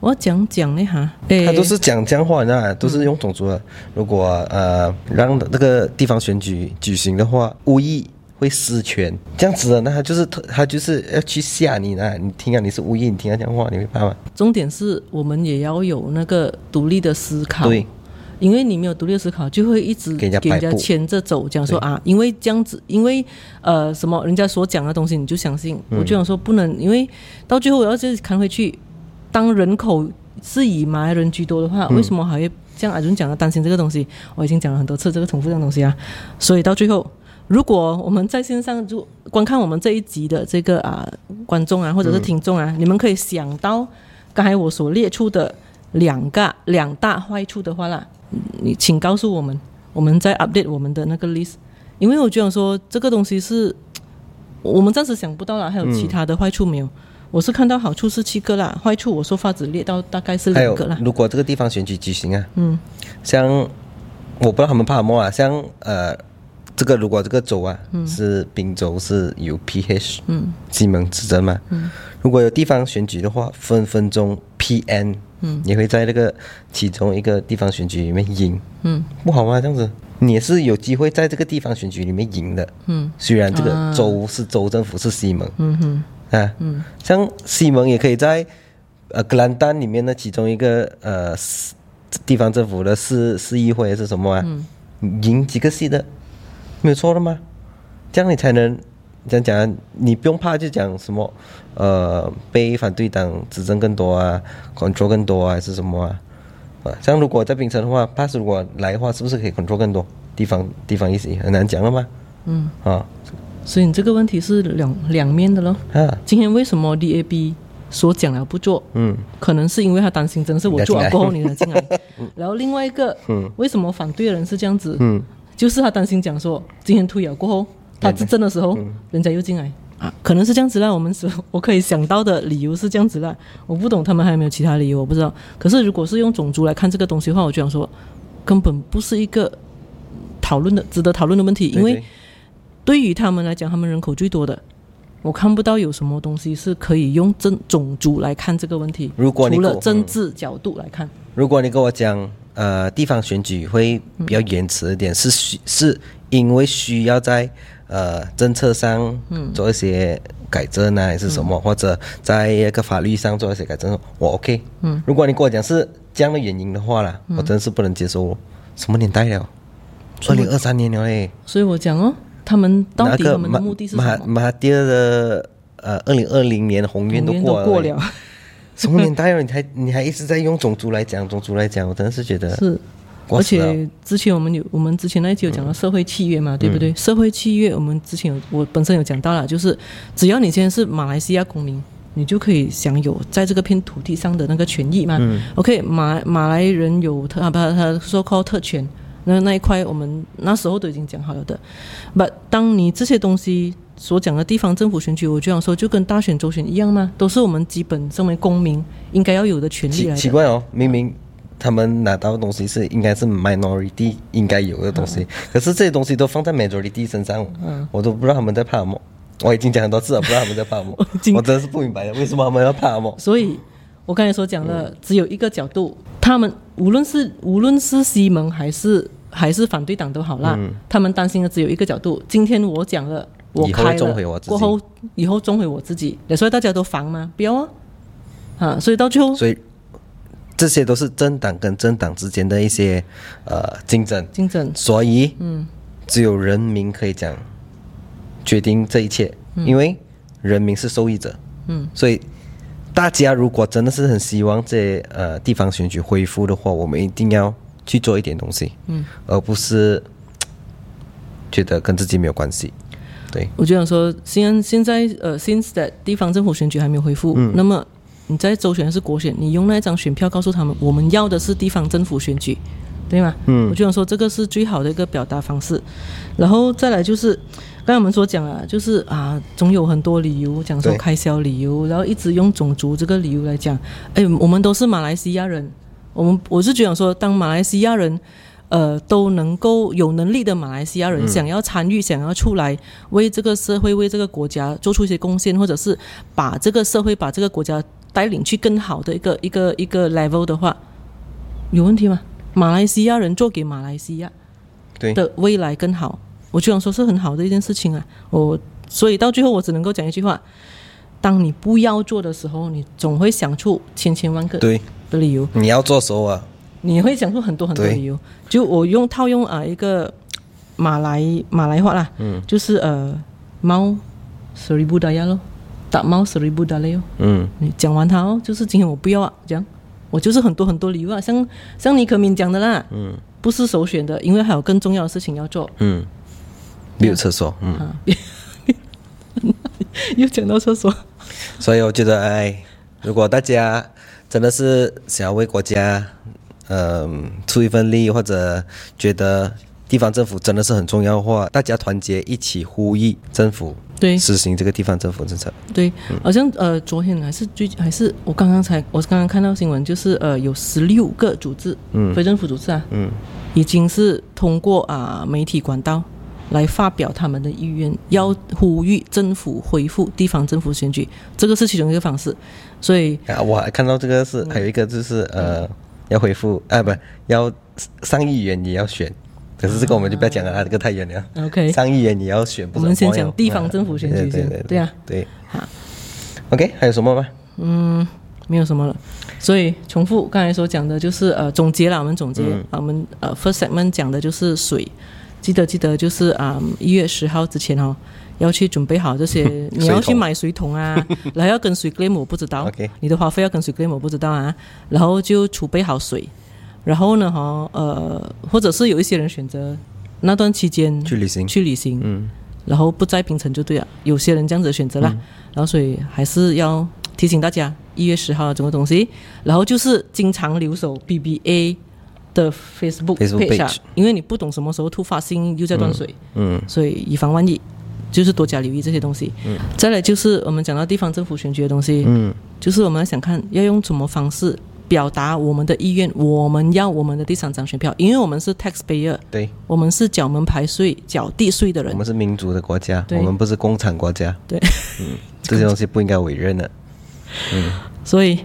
[SPEAKER 1] 我要讲讲呢哈，诶
[SPEAKER 2] 他都是讲这样话，那都是用种族的。如果呃让那个地方选举举行的话，无意会失权，这样子的，那他就是特他就是要去吓你呢。你听啊，你是无意，你听他讲话，你会怕吗？
[SPEAKER 1] 重点是我们也要有那个独立的思考。
[SPEAKER 2] 对。
[SPEAKER 1] 因为你没有独立的思考，就会一直
[SPEAKER 2] 给人家摆布
[SPEAKER 1] 牵着走，讲说啊，因为这样子，因为呃什么人家所讲的东西你就相信，我
[SPEAKER 2] 嗯
[SPEAKER 1] 就想说不能，因为到最后我要是看回去，当人口是以马来人居多的话，
[SPEAKER 2] 嗯
[SPEAKER 1] 为什么还会像阿伦讲的担心这个东西？哦我已经讲了很多次这个重复这样东西啊，所以到最后。如果我们在线上就观看我们这一集的这个啊观众啊，或
[SPEAKER 2] 嗯
[SPEAKER 1] 者是听众啊，你们可以想到刚才我所列出的两个两大坏处的话啦，你请告诉我们，我们再 update 我们的那个 list，因为我就想说这个东西是我们暂时想不到
[SPEAKER 2] 嗯
[SPEAKER 1] 啦，还有其他的坏处没有？我是看到好处是七个啦，坏处我说法只列到大概是
[SPEAKER 2] 还
[SPEAKER 1] 两
[SPEAKER 2] 有
[SPEAKER 1] 个啦，。
[SPEAKER 2] 如果这个地方选举举行啊，嗯，像我不知道他们怕什么啊，像呃，这个如果这个州啊、是滨州是由 PH 嗯西蒙执政嘛，嗯，如果有地方选举的话，分分钟 PN 嗯也会在那个其中一个地方选举里面赢，嗯，不好吗？这样子。你也是有机会在这个地方选举里面赢的，嗯，虽然这个州是州政府是西蒙，嗯哼，啊，嗯，像西蒙也可以在呃格兰丹里面的其中一个呃市地方政府的市市议会是什么啊？赢几个系的，没有错的吗？这样你才能这样讲啊，你不用怕就讲什么呃被反对党执政更多啊，control 更多啊，还是什么啊？啊，像如果在槟城的话，巴士如果来的话，是不是可以 control 更多地方地方议席？很难讲了吗？嗯啊
[SPEAKER 1] 所以你这个问题是两两面的咯。
[SPEAKER 2] 啊，
[SPEAKER 1] 今天为什么 DAB 所讲了不做？嗯，可能是因为他担心，真是我做了过后你才进 <laughs> 来。然后另外一个，嗯，为什么反对的人是这样嗯子？嗯，就是他担心讲说，今天推了过后，他执政的时候，人家又进来，啊，可能是 <laughs> 这样子啦。我们所我可以想到的理由是这样子啦。我不懂他们还有没有其他理由，我不知道。可是如果是用种族来看这个东西的话，我就想说，根本不是一个讨论的值得讨论的问题，因为对于他们来讲，他们人口最多的，我看不到有什么东西是可以用政种族来看这个问题。
[SPEAKER 2] 如果你
[SPEAKER 1] 除了
[SPEAKER 2] 跟我
[SPEAKER 1] 政治角度来看，
[SPEAKER 2] 如果你跟我讲，呃，地方选举会比较延迟一点，是需是因为需要在呃政策上
[SPEAKER 1] 嗯
[SPEAKER 2] 做一些改正呢、还是什么，或者在一个法律上做一些改正，我 OK。嗯，如果你跟我讲是这样的原因的话啦，
[SPEAKER 1] 嗯
[SPEAKER 2] 我真是不能接受。什么年代了？二零二三年了嘞。
[SPEAKER 1] 所以我讲哦，他们到
[SPEAKER 2] 那
[SPEAKER 1] 底
[SPEAKER 2] 个
[SPEAKER 1] 他们
[SPEAKER 2] 马
[SPEAKER 1] 的目的是什
[SPEAKER 2] 马
[SPEAKER 1] 么？
[SPEAKER 2] 马蒂尔的呃，二零二零年红运
[SPEAKER 1] 永
[SPEAKER 2] 都
[SPEAKER 1] 远都
[SPEAKER 2] 过
[SPEAKER 1] 过
[SPEAKER 2] 嘞
[SPEAKER 1] 了，
[SPEAKER 2] 什么年代了？你还你还一直在用种族来讲种族来讲，我真的是觉得
[SPEAKER 1] 是。
[SPEAKER 2] 过
[SPEAKER 1] 而
[SPEAKER 2] 时了
[SPEAKER 1] 且之前我们有，我们之前那一集有讲到社会契约嘛，对不对？社会契约，我们之前有，我本身有讲到了，就是只要你现在是马来西亚公民，你就可以享有在这个片土地上的那个权益嘛。OK，马马来人有特啊不，他说 call 特权，那那一块我们那时候都已经讲好了的。不，当你这些东西所讲的地方政府选举，我就想说，就跟大选、州选一样嘛，都是我们基本身为公民应该要有的权利
[SPEAKER 2] 奇
[SPEAKER 1] 来
[SPEAKER 2] 奇
[SPEAKER 1] 的。
[SPEAKER 2] 怪哦，明明他们拿到的东西是应该是
[SPEAKER 1] 嗯
[SPEAKER 2] minority 应该有的东西，可是这些东西都放在 majority 身上，
[SPEAKER 1] 嗯
[SPEAKER 2] 我都不知道他们在怕什么。我已经讲很多次了，不知道他们在怕什么
[SPEAKER 1] <laughs> 我已，经
[SPEAKER 2] 我真的是不明白为什么他们要怕
[SPEAKER 1] <laughs>
[SPEAKER 2] 什么。
[SPEAKER 1] 所以我刚才所讲
[SPEAKER 2] 嗯
[SPEAKER 1] 的只有一个角度，他们无论是无论是西蒙还是还是反对党都好啦，
[SPEAKER 2] 嗯
[SPEAKER 1] 他们担心的只有一个角度。今天我讲了，我
[SPEAKER 2] 以后
[SPEAKER 1] 开了，
[SPEAKER 2] 终回我自己
[SPEAKER 1] 过后以后终回我自己，所以大家都防嘛，不要啊，啊，所以到最后
[SPEAKER 2] 所以这些都是政党跟政党之间的一些呃竞争，
[SPEAKER 1] 竞争
[SPEAKER 2] 所以嗯，只有人民可以讲决定这一切，因为人民是受益者，嗯，所以。大家如果真的是很希望这呃地方选举恢复的话，我们一定要去做一点东西，嗯，而不是觉得跟自己没有关系，对，
[SPEAKER 1] 我就想说，虽然现在呃，since that 地方政府选举还没有恢复，那么你在州选还是国选，你用那一张选票告诉他们，我们要的是地方政府选举，对吗？嗯，我就想说，这个是最好的一个表达方式。然后再来就是，刚才我们所讲啊，就是啊，总有很多理由讲说
[SPEAKER 2] 对
[SPEAKER 1] 开销理由，然后一直用种族这个理由来讲，哎，我们都是马来西亚人，我们我是觉得说，当马来西亚人。呃，都能够有能力的马来西亚人想要参与、想要出来为这个社会、为这个国家做出一些贡献，或者是把这个社会、把这个国家带领去更好的一个一个一个 level 的话，有问题吗？马来西亚人做给马来西亚
[SPEAKER 2] 对，
[SPEAKER 1] 的未来更好，我就想说是很好的一件事情啊。我所以到最后，我只能够讲一句话：当你不要做的时候，你总会想出千千万个
[SPEAKER 2] 对，
[SPEAKER 1] 的理由。
[SPEAKER 2] 你要做的时候啊，
[SPEAKER 1] 你会讲出很多很多
[SPEAKER 2] 对
[SPEAKER 1] 理由。就我用套用啊、呃一个马来马来话啦，嗯，就是呃猫 s e r i b u d a y a 咯，打猫 s e r i b u d a y a
[SPEAKER 2] 嗯，
[SPEAKER 1] 你讲完它哦，就是今天我不要啊，这样我就是很多很多理由啊，像像尼可敏讲的啦，嗯，不是首选的，因为还有更重要的事情要做， <laughs>
[SPEAKER 2] 嗯，没有厕所，嗯，
[SPEAKER 1] 又讲到厕所，
[SPEAKER 2] 所以我觉得，哎，如果大家真的是想要为国家，嗯、出一份力，或者觉得地方政府真的是很重要的话，大家团结一起呼吁政府
[SPEAKER 1] 对
[SPEAKER 2] 实行这个地方政府政策。
[SPEAKER 1] 对，好像呃昨天还是最还是我刚刚才我刚刚看到新闻，就是呃有十六个组织，嗯，非政府组织啊，
[SPEAKER 2] 嗯，
[SPEAKER 1] 已经是通过啊、媒体管道来发表他们的意愿，要呼吁政府恢复地方政府选举，这个是其中一个方式。所以
[SPEAKER 2] 啊，我还看到这个是还有一个就是
[SPEAKER 1] 嗯
[SPEAKER 2] 呃，要恢复啊，不要上议员也要选，可是这个我们就不要讲了，啊、这个太远了。
[SPEAKER 1] OK
[SPEAKER 2] 上议员也要选，不是
[SPEAKER 1] 我们先
[SPEAKER 2] 朋友
[SPEAKER 1] 讲地方政府选举
[SPEAKER 2] 啊对
[SPEAKER 1] 先
[SPEAKER 2] 对对
[SPEAKER 1] 对啊
[SPEAKER 2] 对
[SPEAKER 1] 好。
[SPEAKER 2] OK，还有什么吗？
[SPEAKER 1] 没有什么了。所以重复刚才所讲的，就是呃总结啦，我们总结、啊我们呃 first segment 讲的就是水，记得记得就是啊一、月十号之前哦。要去准备好这些， <laughs> 你要去买水桶啊，然后要跟谁 claim 我不知道
[SPEAKER 2] OK
[SPEAKER 1] 你的花费要跟谁 claim 我不知道啊，然后就储备好水，然后呢哈、呃，或者是有一些人选择那段期间
[SPEAKER 2] 去旅行
[SPEAKER 1] 嗯去旅行，嗯，然后不在槟城就对了。有些人这样子的选择啦，然后所以还是要提醒大家，一月十号这啊个东西，然后就是经常留守 BBA 的 Facebook
[SPEAKER 2] Facebook
[SPEAKER 1] page，啊
[SPEAKER 2] page
[SPEAKER 1] 因为你不懂什么时候突发性又在断水，嗯，所以以防万一，就是多加留意这些东西。嗯，再来就是我们讲到地方政府选举的东西，嗯，就是我们要想看要用什么方式表达我们的意愿，我们要我们的第三张选票，因为我们是 taxpayer，
[SPEAKER 2] 对，
[SPEAKER 1] 我们是缴门牌税、缴地税的人
[SPEAKER 2] 我，们是民主的国家，
[SPEAKER 1] 对
[SPEAKER 2] 我们不是共产国家，
[SPEAKER 1] 对， <laughs>
[SPEAKER 2] 这些东西不应该委任的。
[SPEAKER 1] 所以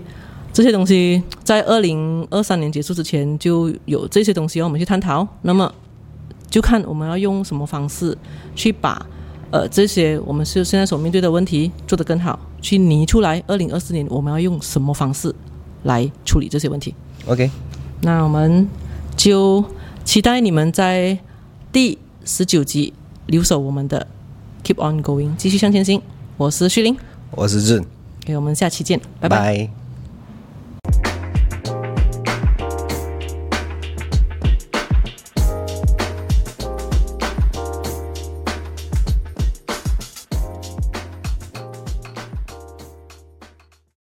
[SPEAKER 1] 这些东西在二零二三年结束之前就有这些东西要我们去探讨。那么就看我们要用什么方式去把呃这些我们是现在所面对的问题做得更好，去拟出来。二零二四年我们要用什么方式来处理这些问题？
[SPEAKER 2] OK，
[SPEAKER 1] 那我们就期待你们在第十九集留守我们的 Keep on going，继续向前行。我是旭林
[SPEAKER 2] 我是润，
[SPEAKER 1] ，OK，我们下期见，拜拜
[SPEAKER 2] 拜。